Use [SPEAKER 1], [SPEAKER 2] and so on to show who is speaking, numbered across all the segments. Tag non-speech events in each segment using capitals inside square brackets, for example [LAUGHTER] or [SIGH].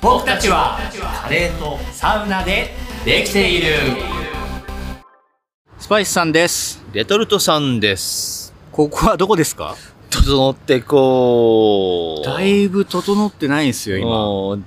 [SPEAKER 1] 僕たちは
[SPEAKER 2] カレーと
[SPEAKER 1] サウナでできているスパイスさんです
[SPEAKER 2] レトルトさんです
[SPEAKER 1] ここはどこですか
[SPEAKER 2] 整ってこう
[SPEAKER 1] だいぶ整ってないんですよ今
[SPEAKER 2] もう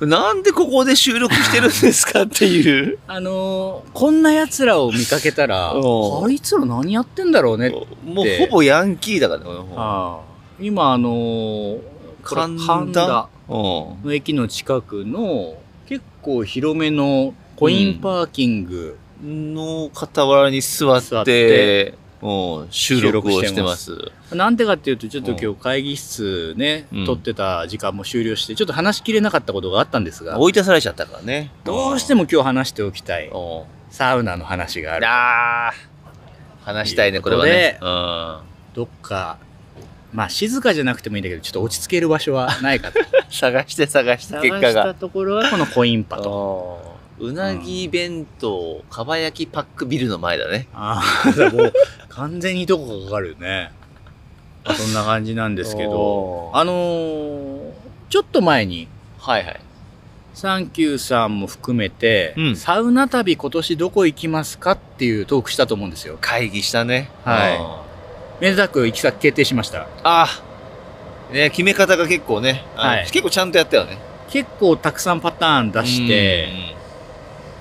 [SPEAKER 2] で [LAUGHS] なんでここで収録してるんですかっていう
[SPEAKER 1] [LAUGHS] あのー、こんな奴らを見かけたら
[SPEAKER 2] うん
[SPEAKER 1] あいつら何やってんだろうね
[SPEAKER 2] もうほぼヤンキーだからね
[SPEAKER 1] あー今あのー、
[SPEAKER 2] 神田
[SPEAKER 1] 神田
[SPEAKER 2] うん
[SPEAKER 1] の駅の近くの結構広めのコインパーキング、
[SPEAKER 2] の傍らに座って
[SPEAKER 1] 座って
[SPEAKER 2] うん収録をしてます
[SPEAKER 1] なんでかっていうと、ちょっと
[SPEAKER 2] うん
[SPEAKER 1] 今日会議室ね、
[SPEAKER 2] うん
[SPEAKER 1] 撮ってた時間も終了して、ちょっと話しきれなかったことがあったんですが、
[SPEAKER 2] 追い出されちゃったからね
[SPEAKER 1] どうしても今日話しておきたい、
[SPEAKER 2] も
[SPEAKER 1] サウナの話がある。
[SPEAKER 2] あー話したいねこれはね
[SPEAKER 1] という
[SPEAKER 2] うん
[SPEAKER 1] どっか、まあ静かじゃなくてもいいんだけど、ちょっと落ち着ける場所はないかと。
[SPEAKER 2] 探して探して
[SPEAKER 1] 探
[SPEAKER 2] [LAUGHS] 結果
[SPEAKER 1] し
[SPEAKER 2] が
[SPEAKER 1] たところはこのコインパと。
[SPEAKER 2] うなぎ弁当かば焼きパックビルの前だね
[SPEAKER 1] ああ、だからもう完全にどこかかかるよね。まあそんな感じなんですけど、
[SPEAKER 2] あ
[SPEAKER 1] あのーちょっと前に、
[SPEAKER 2] はいはい
[SPEAKER 1] サンキューさんも含めて、
[SPEAKER 2] うん
[SPEAKER 1] サウナ旅今年どこ行きますかっていうトークしたと思うんですよ。
[SPEAKER 2] 会議したね
[SPEAKER 1] はい
[SPEAKER 2] い
[SPEAKER 1] めでたく行き先決定しました。
[SPEAKER 2] あーね決め方が結構ねあの
[SPEAKER 1] はい
[SPEAKER 2] 結構ちゃんとやったよね
[SPEAKER 1] 結構たくさんパターン出して、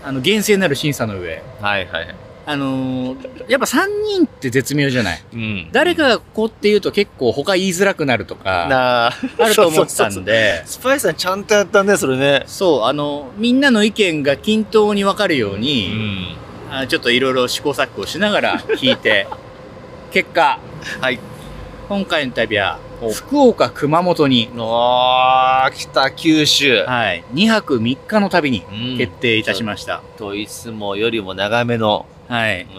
[SPEAKER 1] あの、厳正なる審査の上、
[SPEAKER 2] うんはいはいはい
[SPEAKER 1] あのーやっぱ3人って絶妙じゃない。
[SPEAKER 2] うん
[SPEAKER 1] 誰かがここって言うと結構他言いづらくなるとか、
[SPEAKER 2] なあ
[SPEAKER 1] あると思ってた
[SPEAKER 2] [LAUGHS] そうそうそ
[SPEAKER 1] ん
[SPEAKER 2] う
[SPEAKER 1] で、
[SPEAKER 2] スパイスさんちゃんとやったねそれね
[SPEAKER 1] そう、あの、みんなの意見が均等に分かるよう
[SPEAKER 2] う
[SPEAKER 1] に、
[SPEAKER 2] ん
[SPEAKER 1] あちょっといろいろ試行錯誤しながら聞いて、
[SPEAKER 2] [LAUGHS]
[SPEAKER 1] 結果、
[SPEAKER 2] はい
[SPEAKER 1] 今回の旅は
[SPEAKER 2] お
[SPEAKER 1] 福岡熊本に、
[SPEAKER 2] あー北九州
[SPEAKER 1] はい、2泊3日の旅に
[SPEAKER 2] うん
[SPEAKER 1] 決定いたしました、
[SPEAKER 2] といつもよりも長めの
[SPEAKER 1] はい
[SPEAKER 2] うん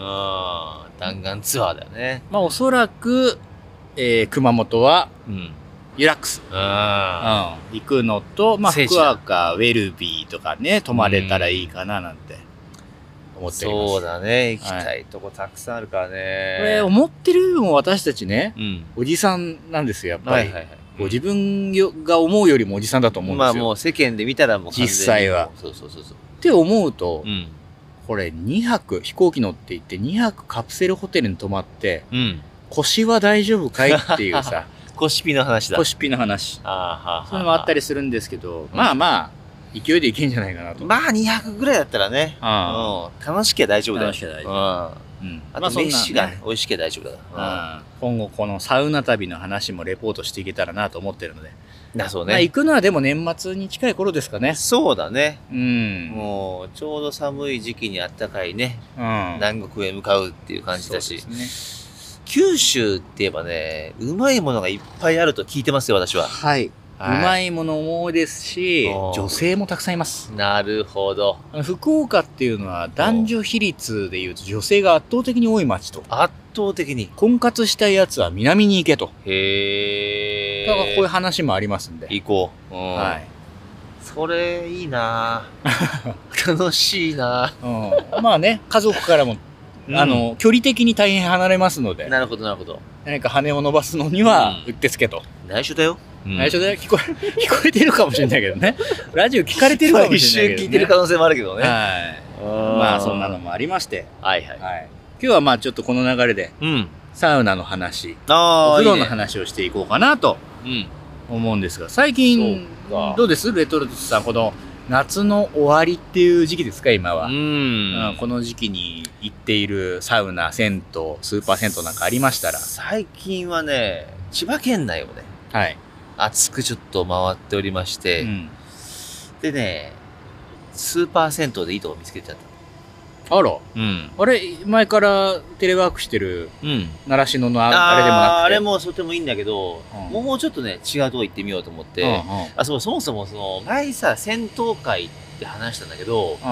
[SPEAKER 2] 弾丸ツアーだよね
[SPEAKER 1] まあおそらく、えー熊本は
[SPEAKER 2] うん
[SPEAKER 1] ユラックス、うん、
[SPEAKER 2] あ
[SPEAKER 1] 行くのと、まあ、
[SPEAKER 2] 聖地
[SPEAKER 1] 福
[SPEAKER 2] だ
[SPEAKER 1] 岡ウェルビーとかね泊まれたらいいかななんて思っております、
[SPEAKER 2] そう
[SPEAKER 1] こ
[SPEAKER 2] だね行きたいとこたくさんあるからね、
[SPEAKER 1] れ思ってるよりも私たちね
[SPEAKER 2] うん
[SPEAKER 1] おじさんなんですよやっぱり、
[SPEAKER 2] はいはいはい
[SPEAKER 1] こう自分よが思うよりもおじさんだと思うんです
[SPEAKER 2] ま
[SPEAKER 1] よ、
[SPEAKER 2] あもう世間で見たらもう完全に
[SPEAKER 1] 実際は
[SPEAKER 2] そうそうそうそう
[SPEAKER 1] って思うと、
[SPEAKER 2] うん
[SPEAKER 1] これ2泊飛行機乗って行って2泊カプセルホテルに泊まって
[SPEAKER 2] うん
[SPEAKER 1] 腰は大丈夫かいっていう
[SPEAKER 2] [LAUGHS]
[SPEAKER 1] さ
[SPEAKER 2] コシピの話だ
[SPEAKER 1] 腰ピの話
[SPEAKER 2] あーはーはーは
[SPEAKER 1] そういうのもあった
[SPEAKER 2] り
[SPEAKER 1] りするんですけど、まあまあ勢いでいけんじゃないかなと、
[SPEAKER 2] まあ200ぐらいだったらね
[SPEAKER 1] あ
[SPEAKER 2] うん楽しきゃ大丈夫だよ
[SPEAKER 1] 楽しきゃ大丈夫
[SPEAKER 2] うんあ
[SPEAKER 1] あうん
[SPEAKER 2] と
[SPEAKER 1] まあそんな
[SPEAKER 2] 飯がね美味しきゃ大丈夫だから
[SPEAKER 1] うん今後このサウナ旅の話もレポートしていけたらなと思ってるので、
[SPEAKER 2] うんだそう
[SPEAKER 1] まあ
[SPEAKER 2] ね
[SPEAKER 1] 行くのはでも年末に近い頃ですかね
[SPEAKER 2] そうだね
[SPEAKER 1] うん
[SPEAKER 2] もうちょうど寒い時期にあったかいね
[SPEAKER 1] うん
[SPEAKER 2] 南国へ向かうっていう感じだし
[SPEAKER 1] そうですね
[SPEAKER 2] 九州って言えばねうまいものがいっぱいあると聞いてますよ私は
[SPEAKER 1] はい、う
[SPEAKER 2] は
[SPEAKER 1] まいものも多いですし
[SPEAKER 2] おー
[SPEAKER 1] 女性もたくさんいます
[SPEAKER 2] なるほど
[SPEAKER 1] 福岡っていうのは男女比率でいうと女性が圧倒的に多い町と
[SPEAKER 2] 圧倒的に
[SPEAKER 1] 婚活したいやつは南に行けと
[SPEAKER 2] へえ
[SPEAKER 1] だからこういう話もありますんで、
[SPEAKER 2] 行こう、うん
[SPEAKER 1] はい
[SPEAKER 2] それい
[SPEAKER 1] [LAUGHS]
[SPEAKER 2] いなぁ楽しいな
[SPEAKER 1] うん、まあね家族からも、
[SPEAKER 2] うん
[SPEAKER 1] あの距離的に大変離れますの
[SPEAKER 2] ぁ
[SPEAKER 1] で
[SPEAKER 2] なるほどなるほど
[SPEAKER 1] 何か羽を伸ばすのには
[SPEAKER 2] うん
[SPEAKER 1] うってつけと、
[SPEAKER 2] 内緒だよ、
[SPEAKER 1] 内緒で聞こえ [LAUGHS] 聞こえてるかもしれないけどねラジオ聞かれてるかも
[SPEAKER 2] 毎
[SPEAKER 1] し
[SPEAKER 2] 週
[SPEAKER 1] れないけど、ね、
[SPEAKER 2] 聞いてる可能性もあるけどね
[SPEAKER 1] はいまあそんなのもありまして、
[SPEAKER 2] はいはい、
[SPEAKER 1] はい、今日はまあちょっとこの流れで
[SPEAKER 2] うん
[SPEAKER 1] サウナの話
[SPEAKER 2] あ
[SPEAKER 1] お
[SPEAKER 2] あ
[SPEAKER 1] 風呂の
[SPEAKER 2] い
[SPEAKER 1] 話をしていこうかなと
[SPEAKER 2] いね
[SPEAKER 1] 思うんですが最近
[SPEAKER 2] そうか
[SPEAKER 1] どうですレトルトさんこの夏の終わりっていう時期ですか今
[SPEAKER 2] う
[SPEAKER 1] は、
[SPEAKER 2] ん、
[SPEAKER 1] うんこの時期に行っているサウナ銭湯スーパー銭湯なんかありましたら
[SPEAKER 2] 最近はね千葉県内をね
[SPEAKER 1] はい、
[SPEAKER 2] 熱くちょっと回っておりまして、
[SPEAKER 1] うん、
[SPEAKER 2] でねスーパー銭湯でいいとこ見つけちゃっ
[SPEAKER 1] あら
[SPEAKER 2] たうん
[SPEAKER 1] あれ前からテレワークしてる
[SPEAKER 2] うん
[SPEAKER 1] 習志野の
[SPEAKER 2] あ
[SPEAKER 1] ああれでもなくて
[SPEAKER 2] ーあれもとてもいいんだけど、
[SPEAKER 1] うん
[SPEAKER 2] もうちょっとね違うとこ行ってみようと思って、
[SPEAKER 1] うんうん
[SPEAKER 2] あそうそもそもその前さ銭湯会って話したんだけど
[SPEAKER 1] う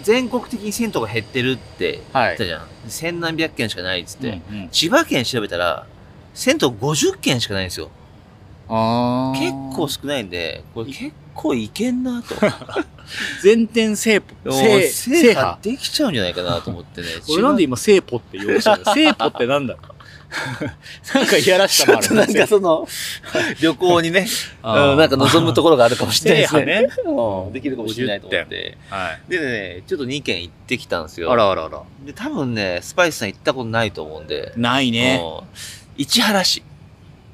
[SPEAKER 1] ん
[SPEAKER 2] 全国的に銭湯が減ってるって
[SPEAKER 1] は
[SPEAKER 2] 言ったじゃん、千何百件しかないっつって、
[SPEAKER 1] うんうん
[SPEAKER 2] 千葉県調べたら銭湯50件しかないんですよ
[SPEAKER 1] あー
[SPEAKER 2] 結構少ないんでこれ結構いけ
[SPEAKER 1] [LAUGHS]
[SPEAKER 2] んなと
[SPEAKER 1] 全店制
[SPEAKER 2] も
[SPEAKER 1] 覇
[SPEAKER 2] う
[SPEAKER 1] 制
[SPEAKER 2] 制
[SPEAKER 1] 制
[SPEAKER 2] 覇
[SPEAKER 1] 覇 [LAUGHS]
[SPEAKER 2] できちゃうんじゃないかなと思ってね
[SPEAKER 1] 俺なんで今聖ポって言おうとしたの聖ポってなんだ [LAUGHS] なんかいやらし
[SPEAKER 2] ち
[SPEAKER 1] さ
[SPEAKER 2] ょ
[SPEAKER 1] もあ
[SPEAKER 2] っ
[SPEAKER 1] る
[SPEAKER 2] と [LAUGHS] なんかその、 [LAUGHS] 旅行にね、うんなんか望む [LAUGHS] ところがあるかもしれないですね。
[SPEAKER 1] ね。
[SPEAKER 2] うんできるかもしれないと思って。
[SPEAKER 1] はい。
[SPEAKER 2] でね、ちょっと2軒行ってきたんですよ。
[SPEAKER 1] あらあらあら。
[SPEAKER 2] で、多分ね、スパイスさん行ったことないと思うんで。
[SPEAKER 1] ないね。
[SPEAKER 2] うん市原市、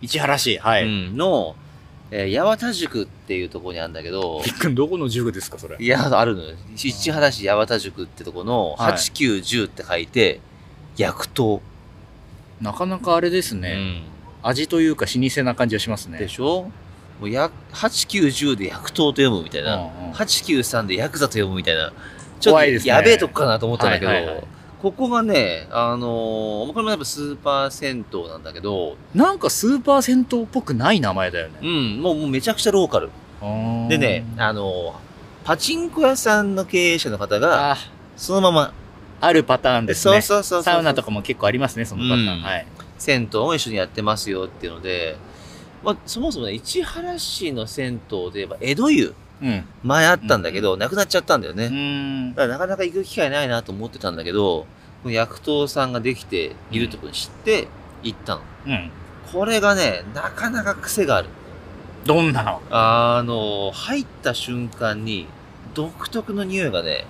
[SPEAKER 1] 市原市。はい。
[SPEAKER 2] うんの、えー八幡塾っていうところにあるんだけど
[SPEAKER 1] び、っくんどこの塾ですか、それ。
[SPEAKER 2] いや、あるのよ。市原市八幡塾ってとこの、
[SPEAKER 1] はい
[SPEAKER 2] 8、9、10って書いて、薬湯。
[SPEAKER 1] なかなかあれです
[SPEAKER 2] う
[SPEAKER 1] ね。
[SPEAKER 2] ん
[SPEAKER 1] 味というか老舗な感じがしますね。
[SPEAKER 2] でしょもうや8、9、10で薬湯と読むみたいな。
[SPEAKER 1] うんうん
[SPEAKER 2] 8、9、3でヤクザと読むみたいな。
[SPEAKER 1] 怖いですね
[SPEAKER 2] やべえとこかなと思ったんだけど、
[SPEAKER 1] はいはいはい
[SPEAKER 2] ここがね、あのー、これもやっぱスーパー銭湯なんだけど、
[SPEAKER 1] なんかスーパー銭湯っぽくない名前だよ
[SPEAKER 2] う
[SPEAKER 1] ね。
[SPEAKER 2] ん、もうもうめちゃくちゃローカル。でね、
[SPEAKER 1] あ
[SPEAKER 2] あの、パチンコ屋さんの経営者の方が、
[SPEAKER 1] あ、
[SPEAKER 2] そのまま、
[SPEAKER 1] あるパターンです
[SPEAKER 2] そう
[SPEAKER 1] ね。
[SPEAKER 2] そうそうそう。
[SPEAKER 1] サウナとかも結構ありますね、そのパター
[SPEAKER 2] う
[SPEAKER 1] ン。
[SPEAKER 2] ん
[SPEAKER 1] はい。
[SPEAKER 2] 銭湯も一緒にやってますよっていうので、まあ、そもそもね、市原市の銭湯で言えば、江戸湯、
[SPEAKER 1] うん。
[SPEAKER 2] 前あったんだけど、なくなっちゃったんだよ
[SPEAKER 1] う
[SPEAKER 2] ね。
[SPEAKER 1] ーん
[SPEAKER 2] だ。からなかなか行く機会ないなと思ってたんだけど、この薬湯さんができているところに知って行ったの。
[SPEAKER 1] うん。
[SPEAKER 2] これがね、なかなか癖がある。
[SPEAKER 1] どんなの
[SPEAKER 2] あの、入った瞬間に、独特の匂いがね、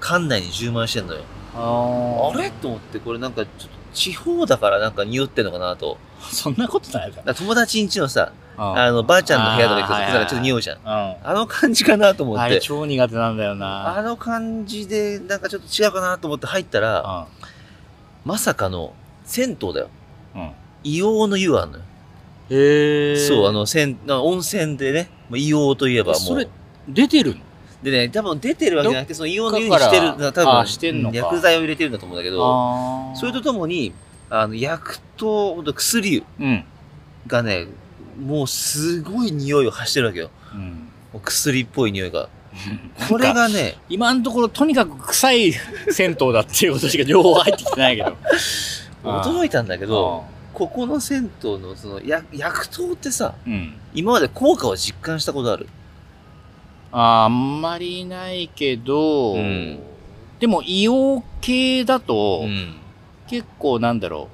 [SPEAKER 2] 館内に充満してんのよ。
[SPEAKER 1] あ
[SPEAKER 2] あれと思って、これなんか、ちょっと地方だからなんか匂ってんのかなと。
[SPEAKER 1] そんなことないだ
[SPEAKER 2] だから友達ん家のさ、
[SPEAKER 1] ろ。
[SPEAKER 2] あの、ばあちゃんの部屋とか行くと
[SPEAKER 1] あー
[SPEAKER 2] さ、なんかちょっと匂うじゃん。
[SPEAKER 1] うん。
[SPEAKER 2] あの感じかなと思
[SPEAKER 1] あ
[SPEAKER 2] っ
[SPEAKER 1] れ
[SPEAKER 2] て。
[SPEAKER 1] 超苦手なんだよ
[SPEAKER 2] あ
[SPEAKER 1] な。
[SPEAKER 2] の感じで、なんかちょっと違うかなと思って入ったら、まさかの、銭湯だよ。
[SPEAKER 1] うん。うん。
[SPEAKER 2] 硫黄の湯があるのよ。
[SPEAKER 1] へえ。
[SPEAKER 2] そう、あの、銭、な温泉でね、まあ硫黄といえばもう。
[SPEAKER 1] それ、出てるの
[SPEAKER 2] でね、多分出てるわけじゃなくて、その硫黄の湯に
[SPEAKER 1] どっか
[SPEAKER 2] し
[SPEAKER 1] ら
[SPEAKER 2] てる、な多
[SPEAKER 1] あ
[SPEAKER 2] 分
[SPEAKER 1] してんのか
[SPEAKER 2] 薬剤を入れてるんだと思うんだけど、
[SPEAKER 1] あー
[SPEAKER 2] それとともに、あの、薬と、ほんと薬湯
[SPEAKER 1] うん。
[SPEAKER 2] がね、もうすごい匂いを発してるわけよ。
[SPEAKER 1] うん。
[SPEAKER 2] もう薬っぽい匂いが。
[SPEAKER 1] こ
[SPEAKER 2] [LAUGHS] こ
[SPEAKER 1] れ
[SPEAKER 2] れ
[SPEAKER 1] が、
[SPEAKER 2] がね、
[SPEAKER 1] 今のところとにかく臭い銭湯だっていうことしか情報入ってきてないけ
[SPEAKER 2] [LAUGHS]
[SPEAKER 1] ど。
[SPEAKER 2] 驚いたんだけ
[SPEAKER 1] け
[SPEAKER 2] ど、、ここの銭湯のその薬、薬湯ってさ、
[SPEAKER 1] うん。
[SPEAKER 2] 今まで効果を実感したことある。
[SPEAKER 1] ああんまりないけど、
[SPEAKER 2] うん
[SPEAKER 1] でも硫黄系だと、
[SPEAKER 2] ん。
[SPEAKER 1] 結構なんだろ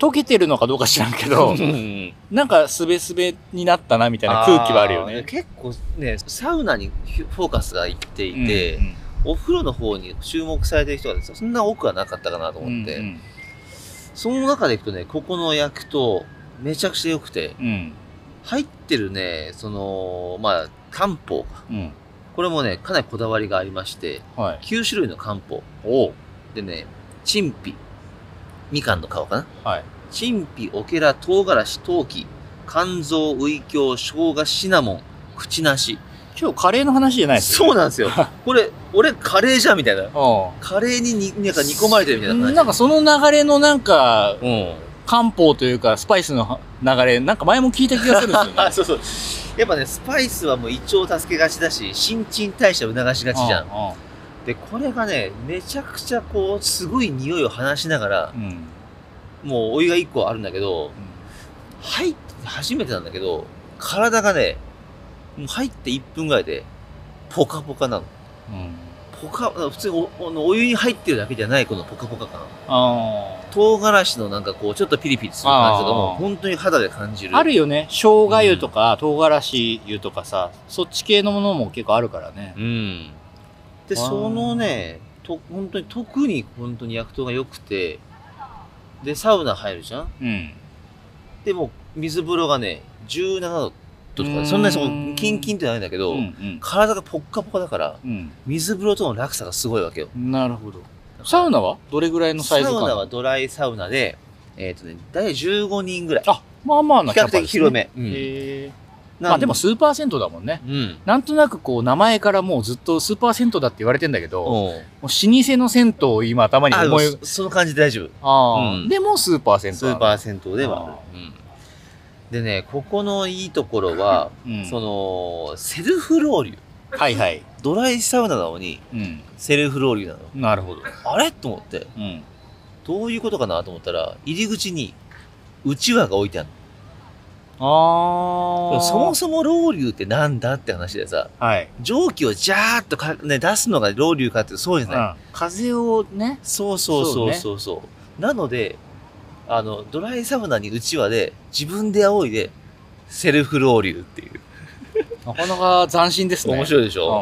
[SPEAKER 1] う、溶けてるのかどうか知らんけど
[SPEAKER 2] う、ん
[SPEAKER 1] [LAUGHS] なんかすべすべになったなみたいな空気はあるよ
[SPEAKER 2] ー
[SPEAKER 1] ね。
[SPEAKER 2] 結構ね、サウナにフォーカスがいっていて、
[SPEAKER 1] うん
[SPEAKER 2] お風呂の方に注目されてる人がですねそんな多くはなかったかなと
[SPEAKER 1] うん
[SPEAKER 2] 思って、
[SPEAKER 1] うんうん
[SPEAKER 2] その中でいくとね、ここの役とめちゃくちゃ良くて、
[SPEAKER 1] うん
[SPEAKER 2] 入ってるね、その、まあ、漢方か。
[SPEAKER 1] うん
[SPEAKER 2] これもね、かなりこだわりがありまして、
[SPEAKER 1] はい。
[SPEAKER 2] 9種類の漢方。
[SPEAKER 1] おう
[SPEAKER 2] でね、陳皮、みかんの皮かな。
[SPEAKER 1] はい。
[SPEAKER 2] 陳皮、オケラ、唐辛子、陶器、肝臓、ウイキョウ、生姜、シナモン、口なし。
[SPEAKER 1] 今日カレーの話じゃないです
[SPEAKER 2] そうなんですよ。
[SPEAKER 1] [LAUGHS]
[SPEAKER 2] これ、俺カレーじゃんみたいな。
[SPEAKER 1] よ。
[SPEAKER 2] カレーにになんか煮込まれてるみたいな
[SPEAKER 1] うん。
[SPEAKER 2] 感じ。
[SPEAKER 1] なんかその流れのなんか、
[SPEAKER 2] うん。
[SPEAKER 1] 漢方というかスパイスの流れ、なんか前も聞いた気がするんですよね。
[SPEAKER 2] [LAUGHS] あそうそう。やっぱね、スパイスはもう胃腸を助けがちだし、新陳代謝を促しがちじゃん。
[SPEAKER 1] う
[SPEAKER 2] で、これがね、めちゃくちゃこう、すごい匂いを放しながら、
[SPEAKER 1] ん。うんうん
[SPEAKER 2] もうお湯が1個あるんだけど、入って初めてなんだけど、体がね、もう入って1分ぐらいで、ポカポカなの。
[SPEAKER 1] うん
[SPEAKER 2] ポカ、普通におあのお湯に入ってるだけじゃない、このポカポカ感。
[SPEAKER 1] あ
[SPEAKER 2] 唐辛子のなんかこう、ちょっとピリピリする感じとかも
[SPEAKER 1] あ、ー
[SPEAKER 2] 本当に肌で感じる。
[SPEAKER 1] ーあるよね。生姜湯とか、唐辛子湯とかさ、そっち系のものも結構あるからね。
[SPEAKER 2] うん。で、
[SPEAKER 1] あー
[SPEAKER 2] そのね、と、本当に、特に本当に薬湯が良くて、で、サウナ入るじゃん
[SPEAKER 1] うん。
[SPEAKER 2] で、もう水風呂がね、17度と
[SPEAKER 1] うー
[SPEAKER 2] か、
[SPEAKER 1] ん
[SPEAKER 2] そんなにその、キンキンってないんだけ
[SPEAKER 1] う
[SPEAKER 2] ど、
[SPEAKER 1] ん
[SPEAKER 2] 体がポッカポカだから、
[SPEAKER 1] うん。
[SPEAKER 2] 水風呂との落差がすごいわけよ。
[SPEAKER 1] うん。なるほど。サウナはどれぐらいのサ
[SPEAKER 2] サ
[SPEAKER 1] イズか
[SPEAKER 2] ウナはドライサウナで、えっ、とね、大体15人ぐらい。
[SPEAKER 1] あ、まあまあ
[SPEAKER 2] 比
[SPEAKER 1] なキャ
[SPEAKER 2] 較
[SPEAKER 1] パで
[SPEAKER 2] 的
[SPEAKER 1] す、ね。
[SPEAKER 2] 広め。うん
[SPEAKER 1] へえ。
[SPEAKER 2] なん
[SPEAKER 1] まあでも、スーパー銭湯だもんね。
[SPEAKER 2] うん。
[SPEAKER 1] なんとなくこう名前からもうずっとスーパー銭湯だって言われてんだけど、もう
[SPEAKER 2] おう
[SPEAKER 1] 老舗の銭湯を今頭に
[SPEAKER 2] あ、で
[SPEAKER 1] 思
[SPEAKER 2] も
[SPEAKER 1] い、
[SPEAKER 2] そその感じで大丈夫。
[SPEAKER 1] ああ、
[SPEAKER 2] うん
[SPEAKER 1] でもスーパー銭湯
[SPEAKER 2] スーパー銭湯ではある。うんでね、ここのいいところは、
[SPEAKER 1] ー、うん、
[SPEAKER 2] その、セルフロウリュ。
[SPEAKER 1] はいはい。
[SPEAKER 2] ドライサウナなのに、
[SPEAKER 1] うん。
[SPEAKER 2] セルフロウリュなの。
[SPEAKER 1] なるほど。
[SPEAKER 2] あれと思って、
[SPEAKER 1] うん。
[SPEAKER 2] どういうことかなと思ったら、入り口に、うちわが置いてある
[SPEAKER 1] あ
[SPEAKER 2] の。
[SPEAKER 1] あ。
[SPEAKER 2] そもそもロウリュってなんだって話でさ、
[SPEAKER 1] はい。
[SPEAKER 2] 蒸気をジャーッとか、ね、出すのがロウリュかってそうじゃない。
[SPEAKER 1] 風をね、
[SPEAKER 2] そうそうそうそうそう。なので、あの、ドライサウナにうちわで、自分で仰いで、セルフロウリュっていう。
[SPEAKER 1] なかなか斬新ですね。
[SPEAKER 2] 面白いでし
[SPEAKER 1] い
[SPEAKER 2] ょ、いや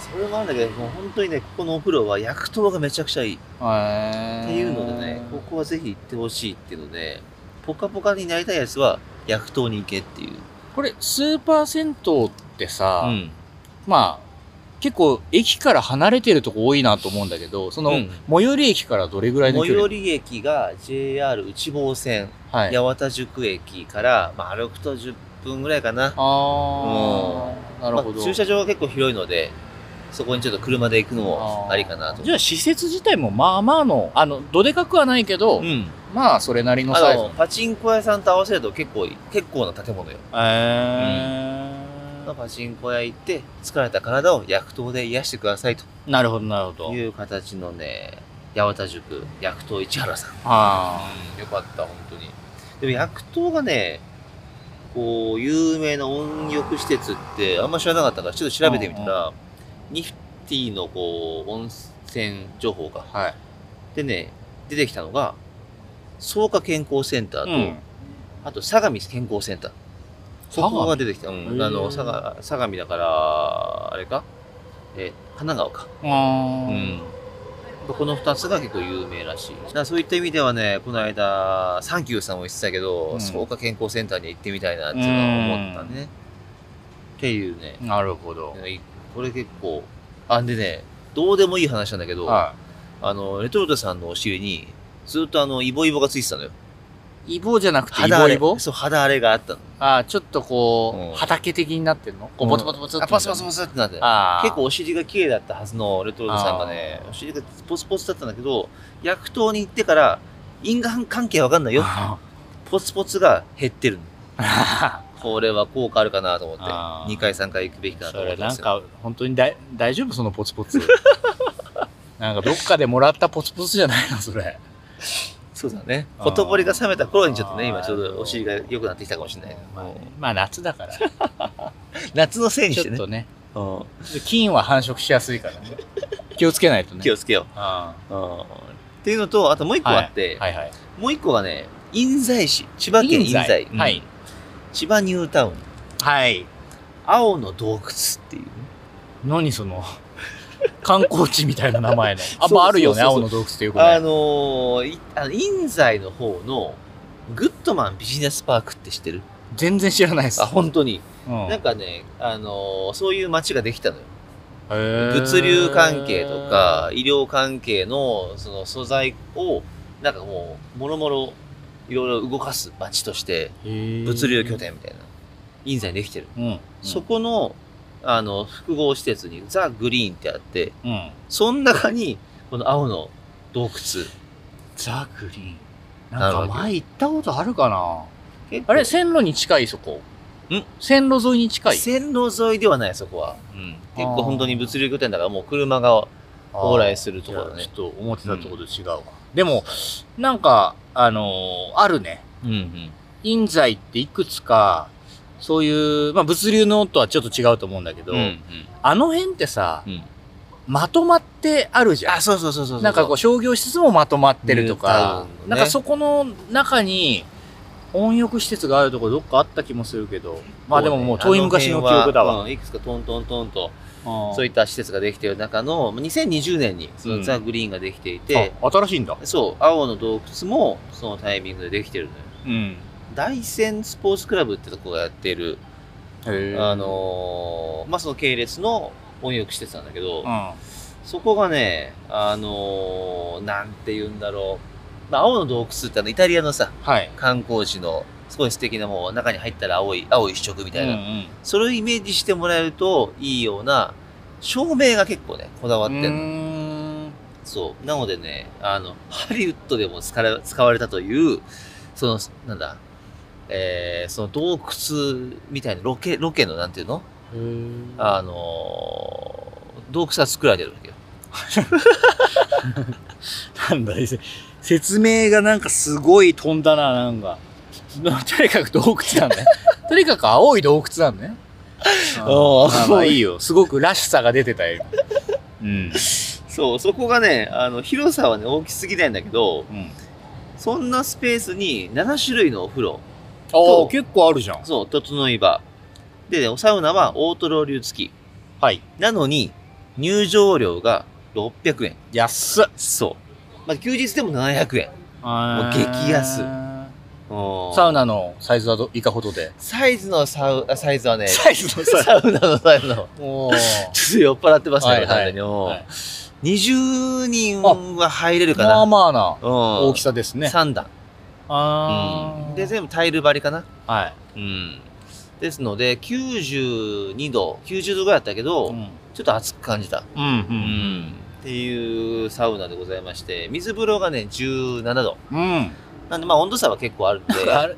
[SPEAKER 2] それもあるんだけど、もう本当にね、ここのお風呂は薬湯がめちゃくちゃいい。っ
[SPEAKER 1] うん。へー
[SPEAKER 2] ていうのでね、ここはぜひ行ってほしいっていうので、ポカポカになりたいやつは、薬湯に行けっていう。
[SPEAKER 1] これ、スーパー銭湯ってさ、
[SPEAKER 2] うん。
[SPEAKER 1] まあ、結構駅から離れてるとこ多いなと思うんだけど、その、
[SPEAKER 2] うん
[SPEAKER 1] 最寄り駅からどれぐらい
[SPEAKER 2] 最
[SPEAKER 1] の距離
[SPEAKER 2] 寄り駅が JR 内房線、
[SPEAKER 1] はい。
[SPEAKER 2] 八幡宿駅から、まあ、歩くと10分ぐらいかな。
[SPEAKER 1] あー、なるほど。
[SPEAKER 2] まあ駐車場が結構広いので、そこにちょっと車で行くのもありかなと。
[SPEAKER 1] じゃあ施設自体もまあまあの、あの、どでかくはないけど、
[SPEAKER 2] うん。
[SPEAKER 1] まあそれなりのサ
[SPEAKER 2] あ
[SPEAKER 1] イズ
[SPEAKER 2] の、。パチンコ屋さんと合わせると結構い、結構な建物よ。
[SPEAKER 1] えー
[SPEAKER 2] パチンコ屋行って、疲れた体を薬湯で癒してくださいと
[SPEAKER 1] なるほど、なるほど。
[SPEAKER 2] いう形のね、八幡塾、薬湯市原さん。
[SPEAKER 1] あ
[SPEAKER 2] うん、よかった、本当に。でも薬湯がね、こう、有名な温浴施設ってあんま知らなかったから、ちょっと調べてみたら、ニフティのこう、温泉情報が。
[SPEAKER 1] ーはい。
[SPEAKER 2] でね、出てきたのが、草加健康センターと、
[SPEAKER 1] うん
[SPEAKER 2] あと相模健康センター。
[SPEAKER 1] 相模
[SPEAKER 2] ここが出てきた。うん、
[SPEAKER 1] へー
[SPEAKER 2] あの、相模相模だから、あれかえー、神奈川か。
[SPEAKER 1] あー
[SPEAKER 2] うん。この二つが結構有名らしい。だからそういった意味ではね、この間、サンキューさんも言ってたけど、
[SPEAKER 1] うん
[SPEAKER 2] 草加健康センターに行ってみたいなっていうのは思ったね。っていうね。
[SPEAKER 1] なるほど。
[SPEAKER 2] いこれ結構、あ、でね、どうでもいい話なんだけど、
[SPEAKER 1] は
[SPEAKER 2] あの、レトルトさんのお尻に、ずっとあの、イボイボがついてたのよ。
[SPEAKER 1] い。イボじゃなくて、イ
[SPEAKER 2] 肌
[SPEAKER 1] ボ
[SPEAKER 2] 荒れ。
[SPEAKER 1] イボ
[SPEAKER 2] そう、肌荒れがあったの。
[SPEAKER 1] ああ、ちょっと
[SPEAKER 2] う
[SPEAKER 1] こう、
[SPEAKER 2] ん
[SPEAKER 1] 畑的になってんのこ
[SPEAKER 2] う
[SPEAKER 1] う、
[SPEAKER 2] ん
[SPEAKER 1] ボツボツボツって。
[SPEAKER 2] あ、パスパスパスってなって。
[SPEAKER 1] ああ。
[SPEAKER 2] 結構、お尻が綺麗だったはずのレトルトさんがね
[SPEAKER 1] あ、ー
[SPEAKER 2] お尻がポツポツだったんだけど、薬湯に行ってから、因果関係わかんないよ。
[SPEAKER 1] あ
[SPEAKER 2] ポツポツが減ってるの。
[SPEAKER 1] [LAUGHS] ー
[SPEAKER 2] これは効果あるかなと思って、
[SPEAKER 1] あー
[SPEAKER 2] 2回3回行くべきかなと
[SPEAKER 1] そ
[SPEAKER 2] 思っ
[SPEAKER 1] れ
[SPEAKER 2] てま
[SPEAKER 1] なん
[SPEAKER 2] すよ。
[SPEAKER 1] か、本当にだい [LAUGHS] 大丈夫そのポツポ [LAUGHS] ツ。なんかどっかでもらったポツポツじゃないのそれ。
[SPEAKER 2] そうだね。
[SPEAKER 1] あー
[SPEAKER 2] ほとぼりが冷めた頃にちょっとね、今ちょう
[SPEAKER 1] なるほ
[SPEAKER 2] ど
[SPEAKER 1] ど
[SPEAKER 2] お尻が良くなってきたかもしれない。
[SPEAKER 1] まあねまあ夏だ
[SPEAKER 2] [LAUGHS]
[SPEAKER 1] から。
[SPEAKER 2] 夏のせいにし
[SPEAKER 1] ち
[SPEAKER 2] て
[SPEAKER 1] ょっ
[SPEAKER 2] ね。
[SPEAKER 1] とね。
[SPEAKER 2] うん
[SPEAKER 1] 菌は繁殖しやすいからね。気をつけないとね。
[SPEAKER 2] 気をつけよ
[SPEAKER 1] あ
[SPEAKER 2] う。うんっていうのと、あともう一個あって、
[SPEAKER 1] あはいはい。
[SPEAKER 2] もう一個がね、印西市、千葉県印
[SPEAKER 1] 印西
[SPEAKER 2] 西、うん
[SPEAKER 1] はい
[SPEAKER 2] 千葉ニュータウン、
[SPEAKER 1] はい。
[SPEAKER 2] 青の洞窟っていうね、
[SPEAKER 1] 何その、観光地みたいな名前の。あ、
[SPEAKER 2] [LAUGHS] そう
[SPEAKER 1] まああるよね、
[SPEAKER 2] そうそう
[SPEAKER 1] 青の洞窟っていうこ
[SPEAKER 2] あ
[SPEAKER 1] とね。
[SPEAKER 2] のーいあの、印西の方の、グッドマンビジネスパークって知ってる
[SPEAKER 1] 全然知らないです。
[SPEAKER 2] あ、本当に。
[SPEAKER 1] うん
[SPEAKER 2] なんかね、あのーそういう街ができたのよ。
[SPEAKER 1] へー
[SPEAKER 2] 物流関係とか、医療関係の、その素材を、なんかもう、もろもろ、いろいろ動かす街として、物
[SPEAKER 1] 物
[SPEAKER 2] 流拠。点みたいな、印西にできてる。
[SPEAKER 1] うん。
[SPEAKER 2] そこの、あの、複合施設に、ザ・グリーンってあって、
[SPEAKER 1] うん。うん。
[SPEAKER 2] その中に、この青の洞窟。
[SPEAKER 1] ザグリーン。
[SPEAKER 2] な
[SPEAKER 1] なん
[SPEAKER 2] るほ
[SPEAKER 1] か
[SPEAKER 2] ど
[SPEAKER 1] 前行ったことあるかな
[SPEAKER 2] 結構
[SPEAKER 1] あれ、線路に近いそこ。
[SPEAKER 2] ん
[SPEAKER 1] 線路沿いに近い。
[SPEAKER 2] 線路沿いではない、そこは。うん結構本当に物流拠点だから、もう車が往来するところだ
[SPEAKER 1] いや
[SPEAKER 2] ね
[SPEAKER 1] ち。ょっと思ってたところと違うわ。でも、なんか、あのーあるね。
[SPEAKER 2] うんうん。
[SPEAKER 1] 印材っていくつか、そういう、まあ物流のとはちょっと違うと思うんだけど、
[SPEAKER 2] うん
[SPEAKER 1] あの辺ってさ、
[SPEAKER 2] うん。
[SPEAKER 1] まとまってあるじゃん
[SPEAKER 2] あ、。そうそうそうそう。
[SPEAKER 1] なんかこう商業施設もまとまってるとか、
[SPEAKER 2] ニュータウンの
[SPEAKER 1] な
[SPEAKER 2] ね
[SPEAKER 1] んかそこの中に温浴施設があるとこどっかあった気もするけど、まあでももう遠い昔の記憶だわ。
[SPEAKER 2] うんいくつかトントントンと、
[SPEAKER 1] あー
[SPEAKER 2] そういった施設ができている中の、2020年にその
[SPEAKER 1] うん
[SPEAKER 2] ザ・グリーンができていて、
[SPEAKER 1] あ新しいんだ。
[SPEAKER 2] そう、青の洞窟もそのタイミングでできてるのよ。
[SPEAKER 1] うん。
[SPEAKER 2] 大山スポーツクラブってとこがやってる、
[SPEAKER 1] へ
[SPEAKER 2] あ、のーまあ、その系列の温浴施設なんだけど、
[SPEAKER 1] うん。
[SPEAKER 2] そこがね、あのーなんて言うんだろう。まあ、青の洞窟ってあの、イタリアのさ、
[SPEAKER 1] はい。
[SPEAKER 2] 観光地の、すごい素敵なもう中に入ったら青い、青一色みたいな、
[SPEAKER 1] うんうん
[SPEAKER 2] それをイメージしてもらえるといいような、照明が結構ね、こだわって
[SPEAKER 1] うー
[SPEAKER 2] んの。
[SPEAKER 1] ん
[SPEAKER 2] そう。なのでね、あの、ハリウッドでも使わ使われたという、その、なんだ、えー、その洞窟みたいなロケ、ロケのなんていうのあのー洞窟が作られてるわけよ。
[SPEAKER 1] なんだ、せ説明がなんかすごい飛んだな、なんか。 [LAUGHS] とにかく洞窟なんだね。 [LAUGHS] とにかく青い洞窟なんだね。
[SPEAKER 2] お
[SPEAKER 1] [LAUGHS]
[SPEAKER 2] ー
[SPEAKER 1] まあまあいいよ。すごくらしさが出てたよ。今うん。
[SPEAKER 2] そう、そこがね、あの、広さはね、大きすぎないんだけど、そんなスペースに7種類のお風呂、
[SPEAKER 1] ああ、結構あるじゃん。
[SPEAKER 2] そう、整い場。で、サウナはオートロウリュ付き。
[SPEAKER 1] はい。
[SPEAKER 2] なのに、入場料が600円。
[SPEAKER 1] 安っ。
[SPEAKER 2] そう。まあ、休日でも700円。
[SPEAKER 1] も
[SPEAKER 2] う激安
[SPEAKER 1] サウ
[SPEAKER 2] ナ。
[SPEAKER 1] ナのサイズはどいかほどで。
[SPEAKER 2] サイズのサウ、あサイズはね、
[SPEAKER 1] サイズの
[SPEAKER 2] [LAUGHS] サウナのサイズの。
[SPEAKER 1] [LAUGHS] も
[SPEAKER 2] ちょっと酔っ払ってますね、
[SPEAKER 1] はいはい
[SPEAKER 2] 完全にもう
[SPEAKER 1] はい
[SPEAKER 2] 20人は入れる
[SPEAKER 1] う、
[SPEAKER 2] か
[SPEAKER 1] まあ
[SPEAKER 2] な。
[SPEAKER 1] まあな
[SPEAKER 2] 大
[SPEAKER 1] 大きさですね。
[SPEAKER 2] 3段。
[SPEAKER 1] あ
[SPEAKER 2] うん
[SPEAKER 1] ー
[SPEAKER 2] で、全部タイル張りかな。
[SPEAKER 1] はい。
[SPEAKER 2] うん。ですので、92度、90度ぐらいだったけど、
[SPEAKER 1] うん。
[SPEAKER 2] ちょっと暑く感じた。
[SPEAKER 1] う。
[SPEAKER 2] うんん。っていうサウナでございまして、水風呂がね、17度。
[SPEAKER 1] うん。
[SPEAKER 2] なんで、まあ温度差は結 [LAUGHS] 構あるんで。
[SPEAKER 1] あれ、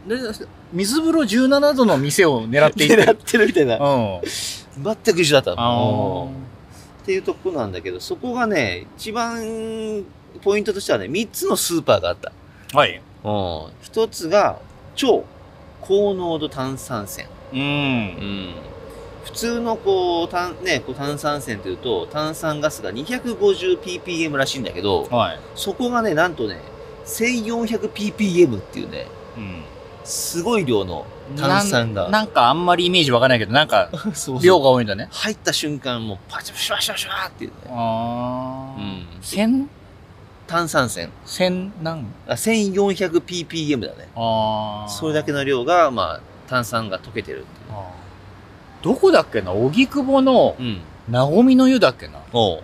[SPEAKER 1] 水風呂17度の店を狙っていって
[SPEAKER 2] 狙
[SPEAKER 1] る。
[SPEAKER 2] ってるみたいな
[SPEAKER 1] う。ん。
[SPEAKER 2] 全く一緒だったの。
[SPEAKER 1] あ
[SPEAKER 2] っていうとこなんだけど、そこがね、一番ポイントとしてはね、3つのスーパーがあった。
[SPEAKER 1] ーはい。
[SPEAKER 2] うん。一つが、超高濃度炭酸泉。
[SPEAKER 1] う。
[SPEAKER 2] うんん。普通のこう、炭、ね、こう炭酸泉というと、炭酸ガスが 250ppm らしいんだけど、
[SPEAKER 1] はい。
[SPEAKER 2] そこがね、なんとね、1400ppm っていうね、
[SPEAKER 1] うん。
[SPEAKER 2] すごい量の炭酸が。
[SPEAKER 1] なんかあんまりイメージわかんないけど、なんか
[SPEAKER 2] [LAUGHS] そうそう
[SPEAKER 1] 量が多いんだね。
[SPEAKER 2] 入った瞬間、もうパチパチパチパチパチっていうね。
[SPEAKER 1] あ
[SPEAKER 2] う
[SPEAKER 1] あ。
[SPEAKER 2] ん。
[SPEAKER 1] 千
[SPEAKER 2] 炭酸泉。
[SPEAKER 1] 千何
[SPEAKER 2] あ、1400ppm だね。
[SPEAKER 1] ああ。
[SPEAKER 2] それだけの量が、まあ、炭酸が溶けてるっていう
[SPEAKER 1] あー。どこだっけな荻窪の
[SPEAKER 2] うん。
[SPEAKER 1] なごみの湯だっけな
[SPEAKER 2] おう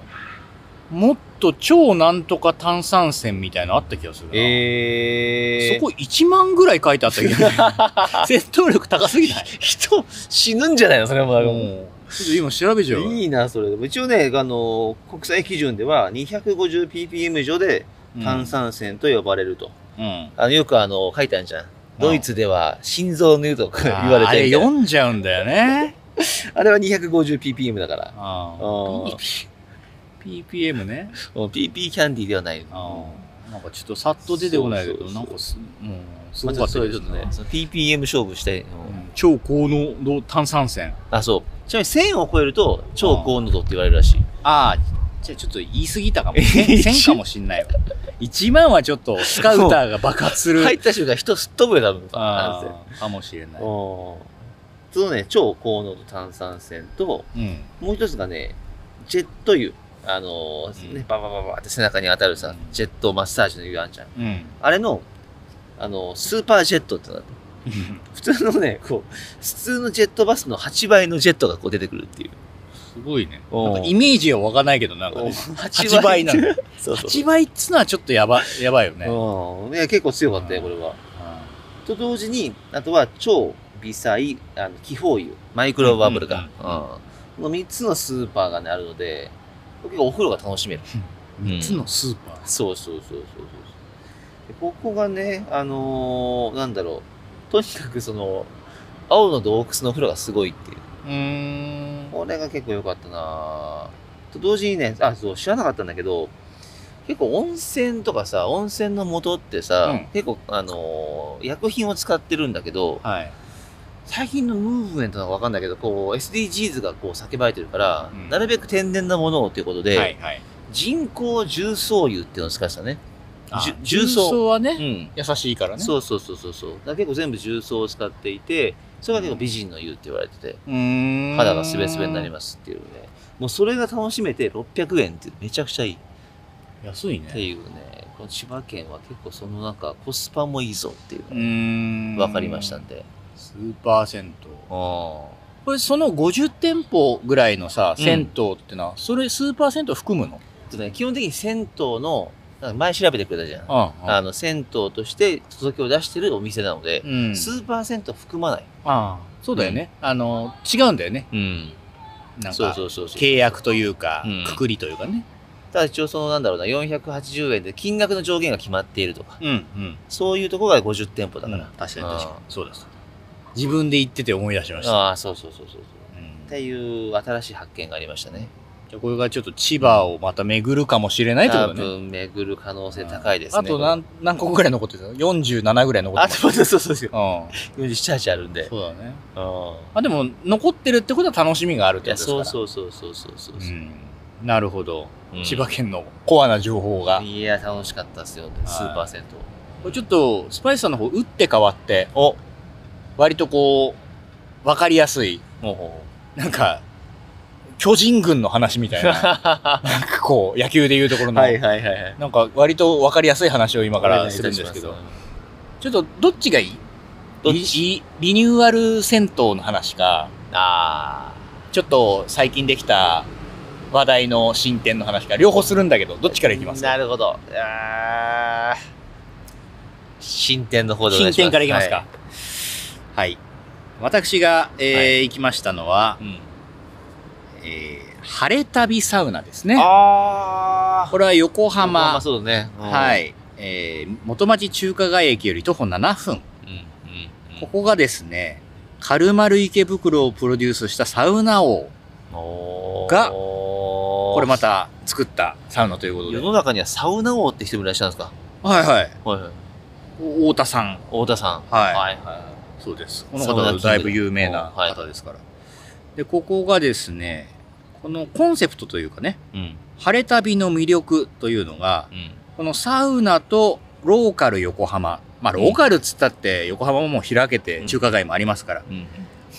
[SPEAKER 1] もっと超なんとか炭酸泉みたいなのあった気がするな。
[SPEAKER 2] えー。
[SPEAKER 1] そこ1万ぐらい書いてあったけど、 [LAUGHS] 戦闘力高すぎない
[SPEAKER 2] [LAUGHS] 人死ぬんじゃないのそれも。
[SPEAKER 1] もうちょっと今調べちゃうわ。
[SPEAKER 2] いいな、それ。でも一応ね、あの、国際基準では 250ppm 以上で
[SPEAKER 1] うん
[SPEAKER 2] 炭。酸泉と呼ばれると。
[SPEAKER 1] うん。
[SPEAKER 2] あの、よくあの、書いてあるじゃん。ドイツでは心臓の湯とか言われ
[SPEAKER 1] あ
[SPEAKER 2] てる
[SPEAKER 1] れ
[SPEAKER 2] みたいな
[SPEAKER 1] 読んじゃうんだよね。
[SPEAKER 2] あれは 250ppm だから。
[SPEAKER 1] あ
[SPEAKER 2] うん
[SPEAKER 1] ー PPM ね。
[SPEAKER 2] うん PP キャンディーではない。
[SPEAKER 1] あーなんかちょっとさっと出てこないけど、
[SPEAKER 2] そうそう
[SPEAKER 1] な
[SPEAKER 2] そうん
[SPEAKER 1] かす、うん、す
[SPEAKER 2] ま
[SPEAKER 1] ご
[SPEAKER 2] あ
[SPEAKER 1] かっ
[SPEAKER 2] ち
[SPEAKER 1] た
[SPEAKER 2] ょっ
[SPEAKER 1] です
[SPEAKER 2] とね
[SPEAKER 1] ね、。
[SPEAKER 2] その ppm 勝負して、
[SPEAKER 1] うん超高濃度炭酸泉。
[SPEAKER 2] あ、そう。ちなみに1000を超えると超高濃度って言われるらしい。
[SPEAKER 1] ああ、じゃあちょっと言い過ぎたか [LAUGHS] も。
[SPEAKER 2] え
[SPEAKER 1] 1000かもしんないわ。1万はちょっとスカウターが爆発する。
[SPEAKER 2] 入った瞬間人すっ飛ぶよ、多分。
[SPEAKER 1] あ
[SPEAKER 2] なん
[SPEAKER 1] ーかもしれな
[SPEAKER 2] せ
[SPEAKER 1] い。
[SPEAKER 2] おーそのね、超高濃度炭酸泉と、
[SPEAKER 1] うん。
[SPEAKER 2] もう一つがね、ジェット湯。あのー
[SPEAKER 1] うん
[SPEAKER 2] ね、バババババって背中に当たるさ、
[SPEAKER 1] うん
[SPEAKER 2] ジェットマッサージの湯あんじゃん。
[SPEAKER 1] うん。 [LAUGHS]
[SPEAKER 2] あれの、あのースーパージェットってのがあって普通のね、こう、普通のジェットバスの8倍のジェットがこう出てくるっていう。
[SPEAKER 1] すごいね。
[SPEAKER 2] お
[SPEAKER 1] な
[SPEAKER 2] うん
[SPEAKER 1] かイメージは湧かないけど、なんかね。
[SPEAKER 2] 8
[SPEAKER 1] 8倍なんだ。
[SPEAKER 2] [LAUGHS] そうそう。
[SPEAKER 1] 8倍っつのはちょっとやば、やばいよね。
[SPEAKER 2] うん。いや、結構強かったよ、これは。と同時に、あとは超微細、あの、気泡湯、マイクロバブルか。
[SPEAKER 1] うんうんうん
[SPEAKER 2] うん。この3つのスーパーがね、あるので、結構お風呂が楽しめる。うん
[SPEAKER 1] 3つのスーパー。
[SPEAKER 2] そうそうそうそうそうで。ここがね、あのーなんだろう。とにかくその、青の洞窟のお風呂がすごいっていう。
[SPEAKER 1] うーん。
[SPEAKER 2] これが結構良かったなぁと同時にね、あ、そう、知らなかったんだけど、結構温泉とかさ、温泉の元ってさ、
[SPEAKER 1] うん
[SPEAKER 2] 結構、あのー薬品を使ってるんだけど、
[SPEAKER 1] はい。
[SPEAKER 2] 最近のムーブメントなのかわかんないけど、こう、SDGs がこう叫ばれてるから、
[SPEAKER 1] うん
[SPEAKER 2] なるべく天然なものをということで、
[SPEAKER 1] はい、はい。
[SPEAKER 2] 人工重曹油っていうのを使ってたね。
[SPEAKER 1] あ
[SPEAKER 2] じゅ重
[SPEAKER 1] 重
[SPEAKER 2] 曹
[SPEAKER 1] 曹は
[SPEAKER 2] う
[SPEAKER 1] ね、
[SPEAKER 2] ん。
[SPEAKER 1] 優しいからね。
[SPEAKER 2] そうそうそうそうそう。だから結構全部重曹を使っていて、それが結構美人の湯って言われてて、
[SPEAKER 1] うーん。
[SPEAKER 2] 肌がすべすべになりますっていうね。もうそれが楽しめて600円ってめちゃくちゃいいっ
[SPEAKER 1] 安い
[SPEAKER 2] て
[SPEAKER 1] ね。
[SPEAKER 2] いうね。この千葉県は結構その中コスパもいいぞっていう
[SPEAKER 1] う
[SPEAKER 2] の
[SPEAKER 1] ーん。
[SPEAKER 2] が分かりましたんで。
[SPEAKER 1] スーパー銭湯。
[SPEAKER 2] あ
[SPEAKER 1] これその50店舗ぐらいのさ、
[SPEAKER 2] うん
[SPEAKER 1] 銭湯ってのは、それスーパー銭湯含むの
[SPEAKER 2] あ。とね、基本的に銭湯の、なんか前調べてくれたじゃん。
[SPEAKER 1] あ
[SPEAKER 2] あの、銭湯として届けを出してるお店なので、
[SPEAKER 1] うん。
[SPEAKER 2] スーパー銭湯含まない。
[SPEAKER 1] ああそうだよね。あの、違うんだよね。
[SPEAKER 2] うん。
[SPEAKER 1] なん
[SPEAKER 2] そう
[SPEAKER 1] か
[SPEAKER 2] そ、うそうそう。
[SPEAKER 1] 契約というか
[SPEAKER 2] うん、
[SPEAKER 1] くくりというかね。
[SPEAKER 2] ただ一応そのなんだろうな、480円で金額の上限が決まっているとか、
[SPEAKER 1] うん、うん。
[SPEAKER 2] そういうところが50店舗だ
[SPEAKER 1] だ
[SPEAKER 2] か。
[SPEAKER 1] からら、確かに
[SPEAKER 2] あー
[SPEAKER 1] 確かに。そうです。自分で言ってて思い出しました。
[SPEAKER 2] ああ、そうそうそうそうそう。
[SPEAKER 1] うん
[SPEAKER 2] っていう新しい発見がありましたね。
[SPEAKER 1] じゃあこれがちょっと千葉をまた巡るかもしれないってこ
[SPEAKER 2] 多
[SPEAKER 1] とね。
[SPEAKER 2] 分巡る可能性高いですね。
[SPEAKER 1] あと何、何個ぐらい残ってたの ?47 ぐらい残
[SPEAKER 2] あ
[SPEAKER 1] ってた。
[SPEAKER 2] と、そうそうそう [LAUGHS] そう。
[SPEAKER 1] うん。
[SPEAKER 2] 47あるんで。
[SPEAKER 1] そうだね。
[SPEAKER 2] うん。
[SPEAKER 1] あ、でも、残ってるってことは楽しみがあるっ
[SPEAKER 2] い
[SPEAKER 1] てこ
[SPEAKER 2] や、
[SPEAKER 1] とですから。
[SPEAKER 2] そうそうそうそうそうそうう。
[SPEAKER 1] んなるほど。
[SPEAKER 2] うん
[SPEAKER 1] 千葉県のコアな情報が。
[SPEAKER 2] いや、楽しかったですよね。スーパー銭湯。
[SPEAKER 1] これちょっと、スパイスさんの方、打って変わって、
[SPEAKER 2] おほ
[SPEAKER 1] 割とこう、わかりやすい、
[SPEAKER 2] うほうほ
[SPEAKER 1] [LAUGHS] なんか、巨人軍の話みたい
[SPEAKER 2] [LAUGHS]
[SPEAKER 1] な、
[SPEAKER 2] う。
[SPEAKER 1] なんかこう、野球でいうところの、
[SPEAKER 2] はいはいはいはい。
[SPEAKER 1] なんか割とわかりやすい話を今か
[SPEAKER 2] お願
[SPEAKER 1] ら
[SPEAKER 2] いい
[SPEAKER 1] す
[SPEAKER 2] た
[SPEAKER 1] るん
[SPEAKER 2] し
[SPEAKER 1] で
[SPEAKER 2] ます
[SPEAKER 1] けど
[SPEAKER 2] う、ん
[SPEAKER 1] ちょっとどっちがいい
[SPEAKER 2] どっ
[SPEAKER 1] リ
[SPEAKER 2] ち
[SPEAKER 1] リリニューアル銭湯の話か、
[SPEAKER 2] あ
[SPEAKER 1] ちょっと最近できた話題の進展の話か、両方するんだけど、どっちからいきます
[SPEAKER 2] ー。
[SPEAKER 1] か
[SPEAKER 2] なるほど。あー進展の方でお願
[SPEAKER 1] 進
[SPEAKER 2] いします。
[SPEAKER 1] 展からいきますか。はい。私が、えー
[SPEAKER 2] は
[SPEAKER 1] 行きましたのは、
[SPEAKER 2] はい。うん
[SPEAKER 1] えー晴れ旅サウナですね。
[SPEAKER 2] あ
[SPEAKER 1] これは横
[SPEAKER 2] あ。まあま
[SPEAKER 1] 浜
[SPEAKER 2] あ、そうだね。うん
[SPEAKER 1] は。い。えー元町中華街駅より徒歩7分。
[SPEAKER 2] うんうんうん
[SPEAKER 1] ここがですね、カルマル池袋をプロデュースしたサウナ王。
[SPEAKER 2] おー
[SPEAKER 1] が
[SPEAKER 2] こ
[SPEAKER 1] これまた作ったサウナということで。
[SPEAKER 2] 世
[SPEAKER 1] は
[SPEAKER 2] の中にはサウナ王って人もいらっしゃるんですか
[SPEAKER 1] いはい。
[SPEAKER 2] はいはい
[SPEAKER 1] 太田さん。
[SPEAKER 2] 太田さん
[SPEAKER 1] はい。
[SPEAKER 2] はいはい
[SPEAKER 1] そうです。この方はだいぶ有名な方ですから。で、ここがですね、このコンセプトというかね、
[SPEAKER 2] うん
[SPEAKER 1] 晴れ旅の魅力というのが、
[SPEAKER 2] うん
[SPEAKER 1] このサウナとローカル横浜。まあ、ローカルっつったって横浜ももう開けて中華街もありますから。
[SPEAKER 2] うん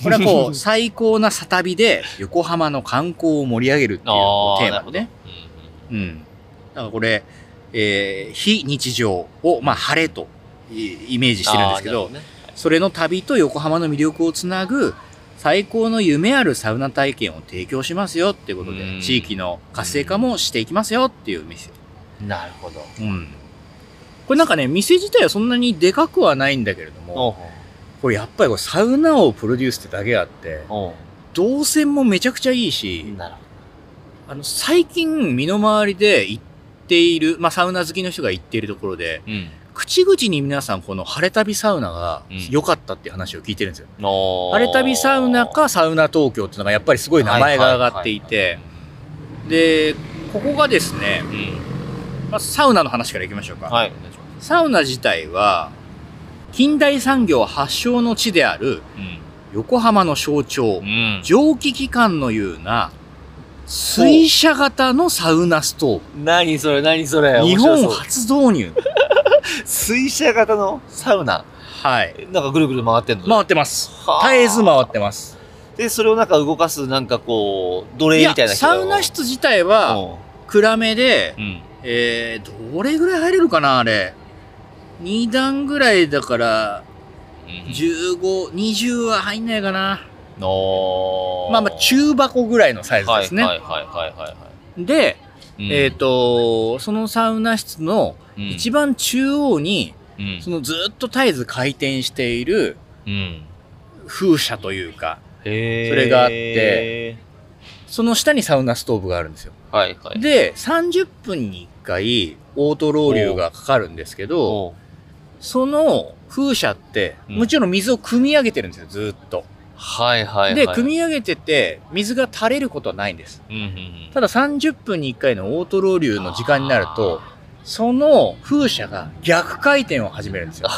[SPEAKER 1] これはこう、最高なサタビで横浜の観光を盛り上げるっていうこ
[SPEAKER 2] あ
[SPEAKER 1] うテ
[SPEAKER 2] ー
[SPEAKER 1] ー
[SPEAKER 2] なる
[SPEAKER 1] マ
[SPEAKER 2] ほ
[SPEAKER 1] で
[SPEAKER 2] ど
[SPEAKER 1] ね。うん。だからこれ、えー非日常を、まあ、晴れといイメージしてるんですけど、それの旅と横浜の魅力をつなぐ最高の夢あるサウナ体験を提供しますよっていうこと
[SPEAKER 2] う
[SPEAKER 1] で、
[SPEAKER 2] ん
[SPEAKER 1] 地域の活性化もしていきますよっていう店。
[SPEAKER 2] なるほどね
[SPEAKER 1] うん。これなんかね、店自体はそんなにでかくはないんだけれども、
[SPEAKER 2] おう
[SPEAKER 1] これやっぱりこうサウナをプロデュースってだけあって、
[SPEAKER 2] おう
[SPEAKER 1] 動線もめちゃくちゃいいし、
[SPEAKER 2] なるほ
[SPEAKER 1] あの、最近身の回りで行っている、まあサウナ好きの人が行っているところで、
[SPEAKER 2] どうん
[SPEAKER 1] 口々に皆さんこの晴れ旅サウナが
[SPEAKER 2] うん
[SPEAKER 1] 良かったっていう話を聞いてるんですよ。
[SPEAKER 2] おー
[SPEAKER 1] 晴れ旅サウナかサウナ東京っていうのがやっぱりすごい名前が上がっていて、で、ここがですね、
[SPEAKER 2] はいはいはいうん
[SPEAKER 1] まあ、サウナの話からいきましょうか。
[SPEAKER 2] はいお願いします
[SPEAKER 1] サウナ自体は、近代産業発祥の地である横浜の象徴、
[SPEAKER 2] うん
[SPEAKER 1] 蒸気機関のような水車型のサウナストー
[SPEAKER 2] 何それ何それ
[SPEAKER 1] ブ。日
[SPEAKER 2] 面白
[SPEAKER 1] 本
[SPEAKER 2] そう
[SPEAKER 1] 初導入。
[SPEAKER 2] 水車型のサウナ
[SPEAKER 1] はい。
[SPEAKER 2] なんかぐるぐる回ってんの
[SPEAKER 1] 回ってます。
[SPEAKER 2] はあ
[SPEAKER 1] 絶えず回ってます。
[SPEAKER 2] でそれをなんか動かすなんかこう奴隷みたいな人
[SPEAKER 1] サウナ室自体は
[SPEAKER 2] おう
[SPEAKER 1] 暗めで、
[SPEAKER 2] うん
[SPEAKER 1] えー、どれぐらい入れるかな、あれ。2段ぐらいだから、15、20は入んないかな。
[SPEAKER 2] の
[SPEAKER 1] まあまあ、中箱ぐらいのサイズですね。
[SPEAKER 2] はいはいはいはいは
[SPEAKER 1] で、
[SPEAKER 2] い。うん
[SPEAKER 1] えっ、、と、そのサウナ室の
[SPEAKER 2] うん
[SPEAKER 1] 一番中央に、
[SPEAKER 2] うん
[SPEAKER 1] そのずっと絶えず回転している
[SPEAKER 2] うん
[SPEAKER 1] 風車というか、
[SPEAKER 2] へー
[SPEAKER 1] それがあって、その下にサウナストーブがあるんですよ。
[SPEAKER 2] はいはい。
[SPEAKER 1] で、30分に1回、オートロウリュがかかるんですけど、
[SPEAKER 2] おう
[SPEAKER 1] その風車って、
[SPEAKER 2] うん
[SPEAKER 1] もちろん水を汲み上げてるんですよ、ずっと。
[SPEAKER 2] はいはいはい。
[SPEAKER 1] で、汲み上げてて、水が垂れることはないんです。
[SPEAKER 2] うんうん
[SPEAKER 1] ただ30分に1回のオートロウリュの時間になると、その風車が逆回転を始めるんですよ。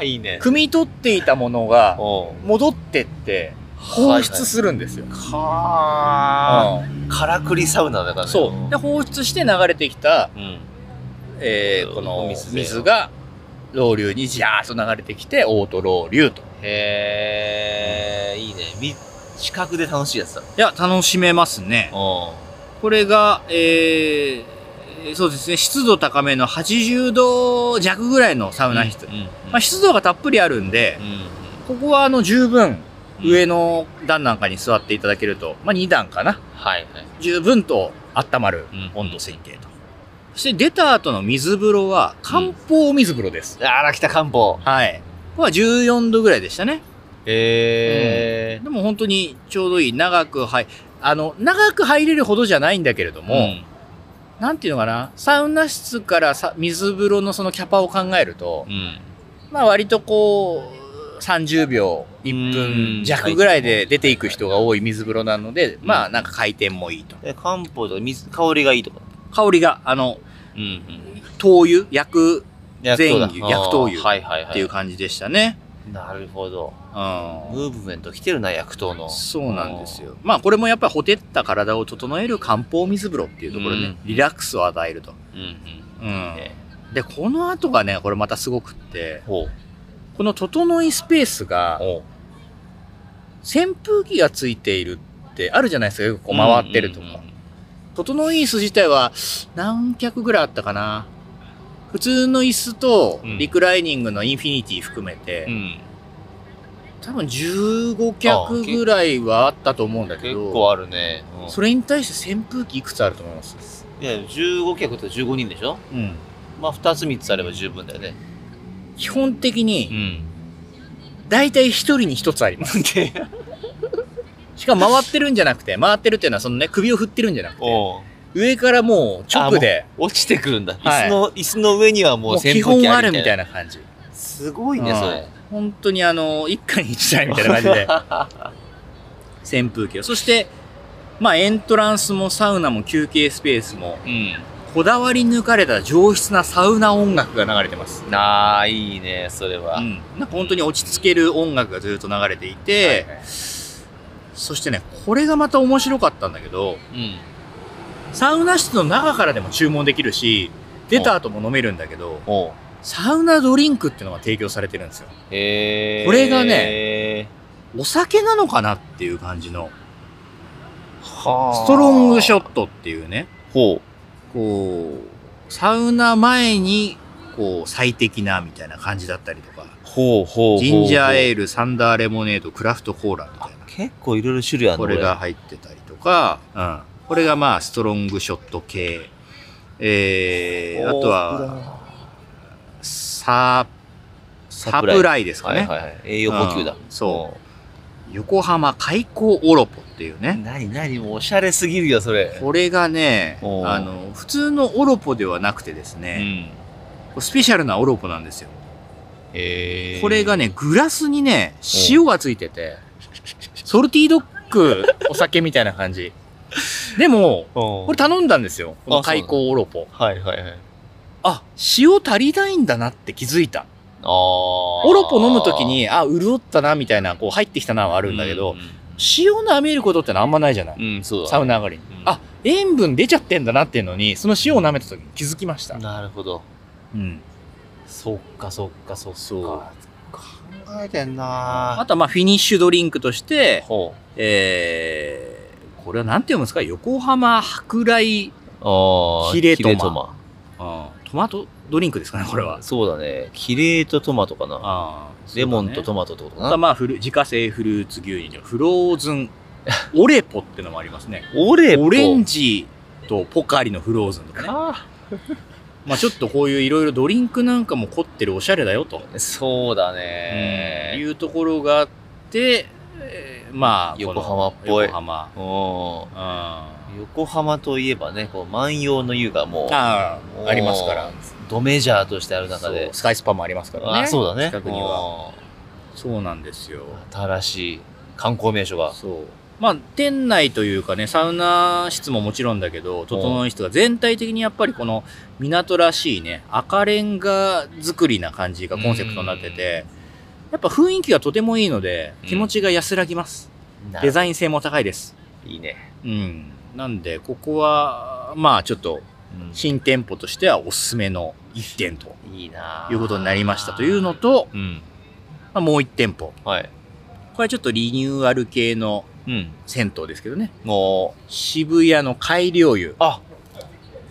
[SPEAKER 2] うん。 [LAUGHS] いいね。
[SPEAKER 1] 汲み取っていたものが
[SPEAKER 2] おう
[SPEAKER 1] 戻ってって放出するんですよ。
[SPEAKER 2] は
[SPEAKER 1] うん
[SPEAKER 2] い。からくりサウナだからね。
[SPEAKER 1] そう。で、放出して流れてきた、
[SPEAKER 2] うん。
[SPEAKER 1] えーこの
[SPEAKER 2] お水で
[SPEAKER 1] 水が、ロウリュにジャーッと流れてきて、オートロウリュと。
[SPEAKER 2] へえ、いいね。み、視覚で楽しいやつだ。
[SPEAKER 1] いや、楽しめますね。
[SPEAKER 2] おう
[SPEAKER 1] これが、えーそうですね、湿度高めの80度弱ぐらいのサウナ室。
[SPEAKER 2] うんうんうん。
[SPEAKER 1] まあ、湿度がたっぷりあるんで
[SPEAKER 2] う、ん
[SPEAKER 1] ここはあの十分
[SPEAKER 2] うん
[SPEAKER 1] 上の段なんかに座っていただけると、まあ、2段かな。
[SPEAKER 2] はいはい。
[SPEAKER 1] 十分と温まる
[SPEAKER 2] うん
[SPEAKER 1] 温度設計と。そして出た後の水風呂は漢方水風呂です。
[SPEAKER 2] あら、来た漢方。
[SPEAKER 1] はい。ここは14度ぐらいでしたね。
[SPEAKER 2] へえ。
[SPEAKER 1] でも本当にちょうどいい。長く入、あの、長く入れるほどじゃないんだけれども、
[SPEAKER 2] うん
[SPEAKER 1] なんていうのかな、サウナ室からさ水風呂のそのキャパを考えると、
[SPEAKER 2] うん。
[SPEAKER 1] まあ割とこう、30秒、1
[SPEAKER 2] う
[SPEAKER 1] 分
[SPEAKER 2] ん
[SPEAKER 1] 弱ぐらいで出ていく人が多い水風呂なので、まあなんか回転もいいと。
[SPEAKER 2] え漢方とか水香りがいいとか。
[SPEAKER 1] 香りが、あの、
[SPEAKER 2] うんうん。
[SPEAKER 1] 灯油、薬
[SPEAKER 2] 薬
[SPEAKER 1] 前
[SPEAKER 2] 湯だ
[SPEAKER 1] 油薬湯油
[SPEAKER 2] あーはいはいはい。
[SPEAKER 1] っていう感じでしたね。
[SPEAKER 2] なるほど。
[SPEAKER 1] うん。
[SPEAKER 2] ムーブメント来てるな、薬湯の。
[SPEAKER 1] そうなんですよ。まあこれもやっぱりほてった体を整える漢方水風呂っていうところでね、
[SPEAKER 2] うん
[SPEAKER 1] リラックスを与えると。
[SPEAKER 2] うんうん。
[SPEAKER 1] うん。
[SPEAKER 2] ね
[SPEAKER 1] で、この後がね、これまたすごくって、
[SPEAKER 2] ほう。
[SPEAKER 1] この整いスペースが、
[SPEAKER 2] ほう。
[SPEAKER 1] 扇風機がついているってあるじゃないですか、よくこう回ってると
[SPEAKER 2] うんうんう
[SPEAKER 1] か
[SPEAKER 2] ん。
[SPEAKER 1] 整い椅子自体は何脚ぐらいあったかな普通の椅子と
[SPEAKER 2] うん
[SPEAKER 1] リクライニングのインフィニティ含めて、
[SPEAKER 2] うん。
[SPEAKER 1] 多分15脚ぐらいはあったと思うんだけ
[SPEAKER 2] 結
[SPEAKER 1] ど、
[SPEAKER 2] 構あるね。うん
[SPEAKER 1] それに対して扇風機いくつあると思います
[SPEAKER 2] いや、15客って15人でしょ
[SPEAKER 1] うん。
[SPEAKER 2] まあ、2つ3つあれば十分だよね。
[SPEAKER 1] 基本的
[SPEAKER 2] う
[SPEAKER 1] に、
[SPEAKER 2] ん。
[SPEAKER 1] だいたい一人に一つあり
[SPEAKER 2] [LAUGHS]
[SPEAKER 1] ます。
[SPEAKER 2] で、
[SPEAKER 1] しかも回ってるんじゃなくて、回ってるっていうのはそのね、首を振ってるんじゃなくて、
[SPEAKER 2] おう
[SPEAKER 1] 上からもう直で、
[SPEAKER 2] 落ちてくるんだ。
[SPEAKER 1] は
[SPEAKER 2] 椅
[SPEAKER 1] い
[SPEAKER 2] 子の、椅子の上にはもう
[SPEAKER 1] もう基
[SPEAKER 2] 扇風
[SPEAKER 1] 本
[SPEAKER 2] 機
[SPEAKER 1] あ
[SPEAKER 2] あ
[SPEAKER 1] る
[SPEAKER 2] るみ
[SPEAKER 1] み
[SPEAKER 2] た
[SPEAKER 1] た
[SPEAKER 2] い
[SPEAKER 1] い
[SPEAKER 2] な。
[SPEAKER 1] な感じ。
[SPEAKER 2] すごいね、
[SPEAKER 1] うん
[SPEAKER 2] それ。
[SPEAKER 1] 本当にあの、一家に一台みたいな感じで。扇風機を。そして、まあエントランスもサウナも休憩スペースも、
[SPEAKER 2] [LAUGHS] う
[SPEAKER 1] こだわり抜かれた上質なサウナ音楽が流れてます。
[SPEAKER 2] ん。ああ、いいね、それは。
[SPEAKER 1] う
[SPEAKER 2] はい
[SPEAKER 1] ん。なんか本当に落ち着ける音楽がずっと流れていて、
[SPEAKER 2] はい
[SPEAKER 1] そしてね、これがまた面白かったんだけど、
[SPEAKER 2] うん。
[SPEAKER 1] サウナ室の中からでも注文できるし、出た後も飲めるんだけど、
[SPEAKER 2] おう
[SPEAKER 1] サウナドリンクっていうのが提供されてるんですよ。
[SPEAKER 2] へえ。
[SPEAKER 1] これが
[SPEAKER 2] ね、
[SPEAKER 1] お酒なのかなっていう感じの、
[SPEAKER 2] はあ
[SPEAKER 1] ストロングショットっていうね、
[SPEAKER 2] ほ
[SPEAKER 1] こう、サウナ前に、こう、最適なみたいな感じだったりとか、
[SPEAKER 2] う。ほうほうほう。
[SPEAKER 1] ジンジャーエ
[SPEAKER 2] ル。
[SPEAKER 1] ール、サンダーレモネード、クラフトコーラみたいな、
[SPEAKER 2] 結構いろいろ種類ある
[SPEAKER 1] これが。入ってたりとか、うん。これがまあ、ストロングショット系。えー、あとは、
[SPEAKER 2] は、
[SPEAKER 1] サ、サ
[SPEAKER 2] サ
[SPEAKER 1] プ
[SPEAKER 2] プライ
[SPEAKER 1] ライですか
[SPEAKER 2] はい
[SPEAKER 1] ね。
[SPEAKER 2] はいはい。栄養補給だ
[SPEAKER 1] うん。そ横浜開港オロポっていう
[SPEAKER 2] う
[SPEAKER 1] ね。
[SPEAKER 2] なになにもうおしゃれすぎるよ、それ。
[SPEAKER 1] これがね、
[SPEAKER 2] おー
[SPEAKER 1] あの、普通のオロポではなくてです
[SPEAKER 2] う
[SPEAKER 1] ね、
[SPEAKER 2] ん。
[SPEAKER 1] スペシャルなオロポなんですよ。
[SPEAKER 2] へえ。
[SPEAKER 1] これがね、グラスにね、
[SPEAKER 2] お
[SPEAKER 1] 塩がついてて、ソルティードッグ、お酒みたいな感じ。でも、
[SPEAKER 2] お
[SPEAKER 1] こ
[SPEAKER 2] う、
[SPEAKER 1] れ頼んだんですよ。この開口オロポ。
[SPEAKER 2] はいはいはい。
[SPEAKER 1] あ、塩足りないんだなって気づいた。
[SPEAKER 2] ああ。
[SPEAKER 1] オロポ飲むときに、あ、潤ったな、みたいな、こう入ってきたなはあ
[SPEAKER 2] あ
[SPEAKER 1] るんだけど、
[SPEAKER 2] うん
[SPEAKER 1] 塩舐めることってのはあんまないじゃない。
[SPEAKER 2] うん、うんそうだ。
[SPEAKER 1] サウナ上がりに、
[SPEAKER 2] うん
[SPEAKER 1] あ塩分出ちゃってんだなっていうのにその塩を舐めた時に気づきました、
[SPEAKER 2] なるほど。
[SPEAKER 1] うん
[SPEAKER 2] そっかそっかそっか。
[SPEAKER 1] そう
[SPEAKER 2] 考えてんな
[SPEAKER 1] あとはまあフィニッシュドリンクとして
[SPEAKER 2] ほ
[SPEAKER 1] えー、これはなんて読むんですか横浜舶来、
[SPEAKER 2] う。ああ。
[SPEAKER 1] ヒレトマ
[SPEAKER 2] マ。
[SPEAKER 1] トマトドリンクですかねこれは、
[SPEAKER 2] そうだね。キレートトマトかな。
[SPEAKER 1] あー
[SPEAKER 2] レモンとト
[SPEAKER 1] マ
[SPEAKER 2] マトってこ
[SPEAKER 1] あ
[SPEAKER 2] とか
[SPEAKER 1] とは
[SPEAKER 2] な。
[SPEAKER 1] まあフル自家製フルーツ牛乳のフローズン [LAUGHS] オレポってのもありますね
[SPEAKER 2] オレ
[SPEAKER 1] オレンジとポカリのフローズンとかね
[SPEAKER 2] か。
[SPEAKER 1] まあちょっとこういういろいろドリンクなんかも凝ってるおしゃれだよと
[SPEAKER 2] そうだ
[SPEAKER 1] えー
[SPEAKER 2] ね。
[SPEAKER 1] いうところがあって、えーまあ、
[SPEAKER 2] 横
[SPEAKER 1] この
[SPEAKER 2] 浜っぽい
[SPEAKER 1] 横浜。
[SPEAKER 2] おー
[SPEAKER 1] うんあ
[SPEAKER 2] 横浜といえばね、こう万葉の湯がもう、
[SPEAKER 1] あ
[SPEAKER 2] も、う
[SPEAKER 1] ありますから。
[SPEAKER 2] ドメジャーとしてある中
[SPEAKER 1] そ
[SPEAKER 2] で
[SPEAKER 1] う。スカイスパもありますから
[SPEAKER 2] あ
[SPEAKER 1] ね。
[SPEAKER 2] そうだね。
[SPEAKER 1] 近くには。そうなんですよ
[SPEAKER 2] お。ー新しい観光名所が。
[SPEAKER 1] そう。まあ、店内というかね、サウナ室ももちろんだけど、整い室が全体的にやっぱりこの港らしいね、赤レンガ作りな感じがコンセプトになってて、やっぱ雰囲気がとてもいいので、気持ちが安らぎます。デザイン性も高いです。
[SPEAKER 2] いいね。
[SPEAKER 1] うん。なんで、ここは、まあちょっと、
[SPEAKER 2] うん
[SPEAKER 1] 新店舗としてはおすすめの1点と
[SPEAKER 2] いいなあ
[SPEAKER 1] いうことになりましたというの、と、
[SPEAKER 2] うん。
[SPEAKER 1] まあ、もう1店舗。
[SPEAKER 2] はい。
[SPEAKER 1] これはちょっとリニューアル系の
[SPEAKER 2] うん。
[SPEAKER 1] 銭湯ですけどね。
[SPEAKER 2] もう、
[SPEAKER 1] 渋谷の改良湯。
[SPEAKER 2] あ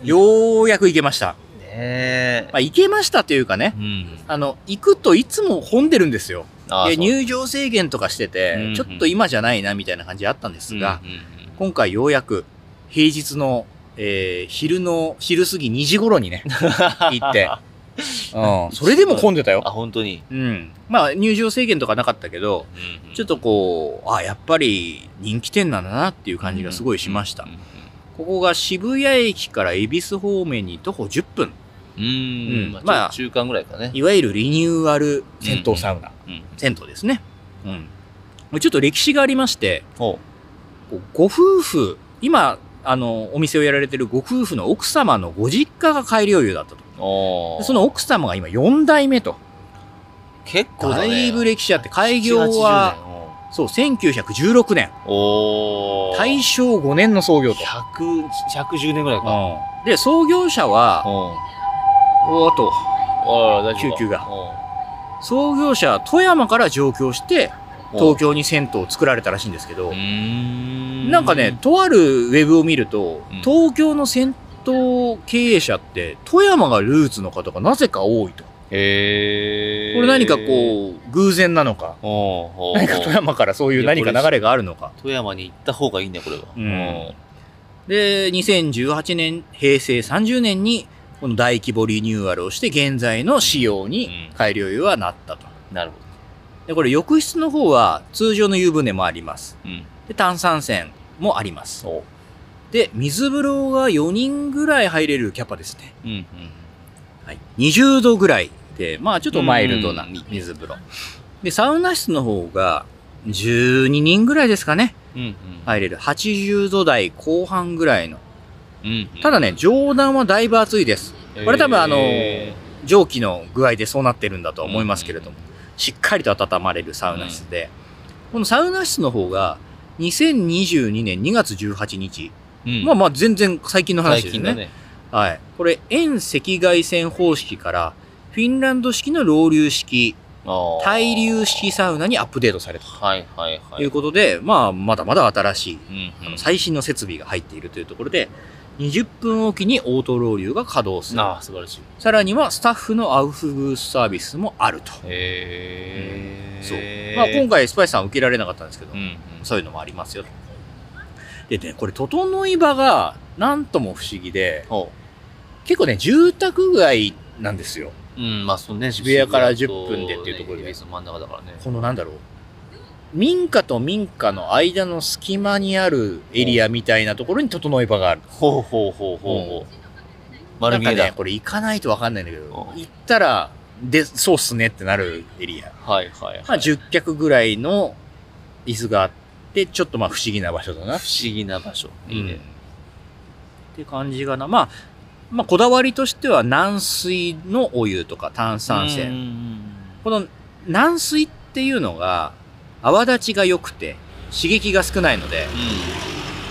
[SPEAKER 1] ようやく行けました。
[SPEAKER 2] ねえ
[SPEAKER 1] ま。あ、行けましたというかね
[SPEAKER 2] う。ん。
[SPEAKER 1] あの、行くといつも混んでるんですよ。
[SPEAKER 2] あ
[SPEAKER 1] で、
[SPEAKER 2] ー
[SPEAKER 1] 入場制限とかして
[SPEAKER 2] うんう
[SPEAKER 1] て
[SPEAKER 2] ん、
[SPEAKER 1] ちょっと今じゃないなみたいな感じあったんですが、、
[SPEAKER 2] うんうんうん
[SPEAKER 1] 今回ようやく平日の、えー昼の、昼過ぎ2時頃にね、行っ
[SPEAKER 2] [LAUGHS]
[SPEAKER 1] て。うん。それでも混んでたよ。
[SPEAKER 2] あ、本当に。
[SPEAKER 1] うん。まあ、入場制限とかなかったけど、ちょっとこう、あ、やっぱり人気店なんだなっていう感じがすごいしました。
[SPEAKER 2] うん
[SPEAKER 1] ここが渋谷駅から恵比寿方面に徒歩10分。
[SPEAKER 2] うんうん。うん
[SPEAKER 1] うん
[SPEAKER 2] ま
[SPEAKER 1] ま
[SPEAKER 2] あ、
[SPEAKER 1] あ
[SPEAKER 2] 中間ぐらいかね。
[SPEAKER 1] いわゆるリニューアル銭湯サウナ。
[SPEAKER 2] うん。
[SPEAKER 1] 銭湯ですね。うん。もうちょっと歴史がありまして、
[SPEAKER 2] ほ
[SPEAKER 1] こうご夫婦、今、あの、お店をやられてるご夫婦の奥様のご実家が改良湯だったと。
[SPEAKER 2] う。お
[SPEAKER 1] で
[SPEAKER 2] ー
[SPEAKER 1] その奥様が今4代目と。
[SPEAKER 2] 結構だ
[SPEAKER 1] だ
[SPEAKER 2] ね。
[SPEAKER 1] いぶ歴史あって、開業
[SPEAKER 2] 780
[SPEAKER 1] は、
[SPEAKER 2] 年。うん
[SPEAKER 1] そう、1916年。
[SPEAKER 2] おー。
[SPEAKER 1] 大正5年の創業と。
[SPEAKER 2] 100、110年ぐらいか。
[SPEAKER 1] うんで、創業者は、
[SPEAKER 2] お
[SPEAKER 1] おーっと、
[SPEAKER 2] ああ、大丈夫か。
[SPEAKER 1] 救急が
[SPEAKER 2] う
[SPEAKER 1] 創業者は富山から上京して、
[SPEAKER 2] ん
[SPEAKER 1] 東京に銭湯を作られたらしいんですけど
[SPEAKER 2] う、ん。
[SPEAKER 1] なんかね、、とあるウェブを見ると
[SPEAKER 2] うん、
[SPEAKER 1] 東京の銭湯経営者って、富山がルーツの方がなぜか多いと。こ
[SPEAKER 2] へえ。
[SPEAKER 1] れ何かこう、偶然なのか、
[SPEAKER 2] おう、おう
[SPEAKER 1] 何か富山からそういう何か流れがあるのか。
[SPEAKER 2] 富山に行った方がいいね、これは。
[SPEAKER 1] うんで、2018年、平成30年に、この大規模リニューアルをして、現在の仕様に
[SPEAKER 2] うん
[SPEAKER 1] 改良湯はなったと。
[SPEAKER 2] うんなるほど。
[SPEAKER 1] で、これ浴室の方は通常の湯船もあります。
[SPEAKER 2] うん。
[SPEAKER 1] で、炭酸泉もあります。
[SPEAKER 2] そう。
[SPEAKER 1] で、水風呂が4人ぐらい入れるキャパですね。
[SPEAKER 2] うん。うん。
[SPEAKER 1] はい。20度ぐらいで、まあちょっとマイルドな
[SPEAKER 2] うん
[SPEAKER 1] 水風呂。で、サウナ室の方が12人ぐらいですかね。
[SPEAKER 2] うん。うん。
[SPEAKER 1] 入れる。80度台後半ぐらいの。
[SPEAKER 2] うん。
[SPEAKER 1] ただね、上段はだいぶ熱いです。
[SPEAKER 2] うん、
[SPEAKER 1] これ多分あの
[SPEAKER 2] へ
[SPEAKER 1] 蒸気の具合でそうなってるんだとは思いますけれども、しっかりと温まれるサウナ室で、このサウナ室の方が、2022年2月18日、
[SPEAKER 2] ー、うん
[SPEAKER 1] まあまあ全然最近の話
[SPEAKER 2] 最
[SPEAKER 1] です
[SPEAKER 2] 近
[SPEAKER 1] ね。
[SPEAKER 2] だね。
[SPEAKER 1] はい。これ、遠赤外線方式から、フィンランド式の老流式、
[SPEAKER 2] あー
[SPEAKER 1] 対流式サウナにアップデートされた
[SPEAKER 2] はいはいは
[SPEAKER 1] と
[SPEAKER 2] い。
[SPEAKER 1] いうことで、まあ、まだまだ新しい、
[SPEAKER 2] うん
[SPEAKER 1] あ
[SPEAKER 2] う
[SPEAKER 1] の
[SPEAKER 2] ん。
[SPEAKER 1] 最新の設備が入っているというところで、20分おきにオートロウリュが稼働する。
[SPEAKER 2] ああ、素晴らしい。
[SPEAKER 1] さらにはスタッフのアウフグースサービスもあると。
[SPEAKER 2] へえ。
[SPEAKER 1] そう。まあ、今回スパイスさん受けられなかったんですけど、
[SPEAKER 2] うん。
[SPEAKER 1] そういうのもありますよ。でね、これ、整い場がなんとも不思議で、
[SPEAKER 2] ほ
[SPEAKER 1] 結構ね、住宅街なんですよ。
[SPEAKER 2] う。うん、まあそのね、
[SPEAKER 1] 渋谷から
[SPEAKER 2] 渋谷と
[SPEAKER 1] 10分でっていうところで
[SPEAKER 2] ね恵比寿の真ん中だからね。
[SPEAKER 1] このなんだろう。民家と民家の間の隙間にあるエリアみたいなところに整い場がある。
[SPEAKER 2] ほうほうほうほうほう。丸見
[SPEAKER 1] な
[SPEAKER 2] え
[SPEAKER 1] んかね
[SPEAKER 2] だ、。
[SPEAKER 1] これ行かないとわかんないんだけど、
[SPEAKER 2] うん
[SPEAKER 1] 行ったら、で、そうっすねってなるエリア。
[SPEAKER 2] はいはい
[SPEAKER 1] ま
[SPEAKER 2] は
[SPEAKER 1] あ、
[SPEAKER 2] い。
[SPEAKER 1] 10脚ぐらいの椅子があって、ちょっとまあ不思議な場所だな
[SPEAKER 2] 不。思議な場所。いいね。
[SPEAKER 1] って感じがな。まあ、まあ、こだわりとしては軟水のお湯とか炭酸
[SPEAKER 2] うんうん
[SPEAKER 1] 泉。
[SPEAKER 2] うん。
[SPEAKER 1] この軟水っていうのが泡立ちが良くて刺激が少ないので、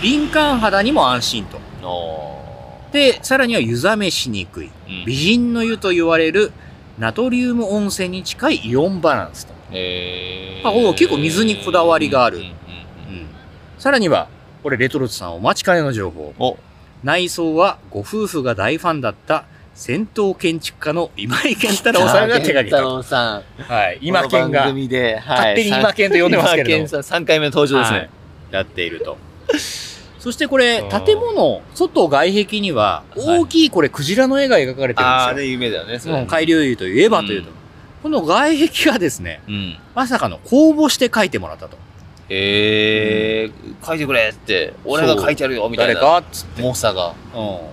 [SPEAKER 1] 敏感肌にも安心と。
[SPEAKER 2] うん。おー
[SPEAKER 1] で、さらには湯冷めしにくい。
[SPEAKER 2] うん
[SPEAKER 1] 美人の湯と言われるナトリウム温泉に近いイオンバランスと。
[SPEAKER 2] え
[SPEAKER 1] あおう結構水にこだわりがある
[SPEAKER 2] うんうん
[SPEAKER 1] う
[SPEAKER 2] うんうん
[SPEAKER 1] ん。さらには、これレトルトさんお待ちかねの情報。
[SPEAKER 2] お、
[SPEAKER 1] 内装はご夫婦が大ファンだった戦闘建築家の今井健太郎さんが手掛け
[SPEAKER 2] 健太
[SPEAKER 1] た。
[SPEAKER 2] 郎さん。
[SPEAKER 1] はい。今健
[SPEAKER 2] この番
[SPEAKER 1] が
[SPEAKER 2] 組で、
[SPEAKER 1] 勝手に今健と呼んでますけれども
[SPEAKER 2] 今健さん三回目の登場ですね。
[SPEAKER 1] やっていると。そしてこれ
[SPEAKER 2] うん、
[SPEAKER 1] 建物、外外壁には、
[SPEAKER 2] はい
[SPEAKER 1] 大きいこれ、クジラの絵が描かれてる
[SPEAKER 2] ああ、あ
[SPEAKER 1] んで
[SPEAKER 2] れ夢だよね。
[SPEAKER 1] すよ。うん、改良油といえばというと。
[SPEAKER 2] う
[SPEAKER 1] この外壁がですね、
[SPEAKER 2] うん。
[SPEAKER 1] まさかの公募して描いてもらったと。
[SPEAKER 2] ええ、書いてくれって、俺が書いてやるよみたいな。
[SPEAKER 1] かっつって。
[SPEAKER 2] 猛者が。
[SPEAKER 1] うん。だか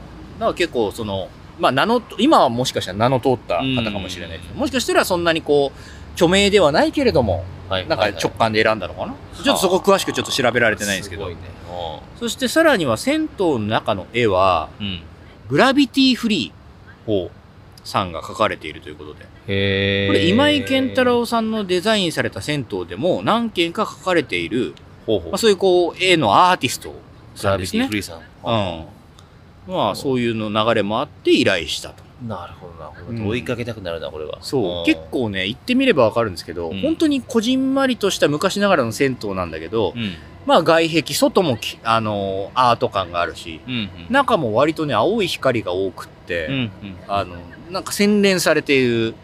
[SPEAKER 1] ら結構、その、まあ、名の、今はもしかしたら名の通った方かもしれないです
[SPEAKER 2] うん
[SPEAKER 1] もしかしたらそんなにこう、著名ではないけれども、
[SPEAKER 2] はい
[SPEAKER 1] なんか直感で選んだのかなちょっとそこ詳しくちょっと調べられてないんですけ
[SPEAKER 2] すご
[SPEAKER 1] ど
[SPEAKER 2] い。ね。お
[SPEAKER 1] そしてさらには銭湯の中の絵は、
[SPEAKER 2] ううん。
[SPEAKER 1] グラビティフリーをさんが描かれているということで。
[SPEAKER 2] へえ。
[SPEAKER 1] これ今井健太郎さんのデザインされた銭湯でも何件か描かれている、
[SPEAKER 2] ほうほう
[SPEAKER 1] まあ、そういうこう、絵のアーティスト
[SPEAKER 2] グ
[SPEAKER 1] さ
[SPEAKER 2] ラ
[SPEAKER 1] んで
[SPEAKER 2] ビ
[SPEAKER 1] す
[SPEAKER 2] ティ
[SPEAKER 1] ね
[SPEAKER 2] フ。リーさん。
[SPEAKER 1] うん。まあそういうの流れもあって依頼したと。
[SPEAKER 2] なるほどなるほ
[SPEAKER 1] うん
[SPEAKER 2] ど。追いかけたくなるな、これは。
[SPEAKER 1] そう。
[SPEAKER 2] ん
[SPEAKER 1] 結。構ね、行ってみればわかるんですけど、
[SPEAKER 2] うん
[SPEAKER 1] 本当にこじんまりとした昔ながらの銭湯なんだけど、
[SPEAKER 2] うん。
[SPEAKER 1] まあ外壁、外もき、あのーアート感があるし、
[SPEAKER 2] うんうん。
[SPEAKER 1] 中も割とね、青い光が多くって、
[SPEAKER 2] うん
[SPEAKER 1] あの、なんか洗練されている、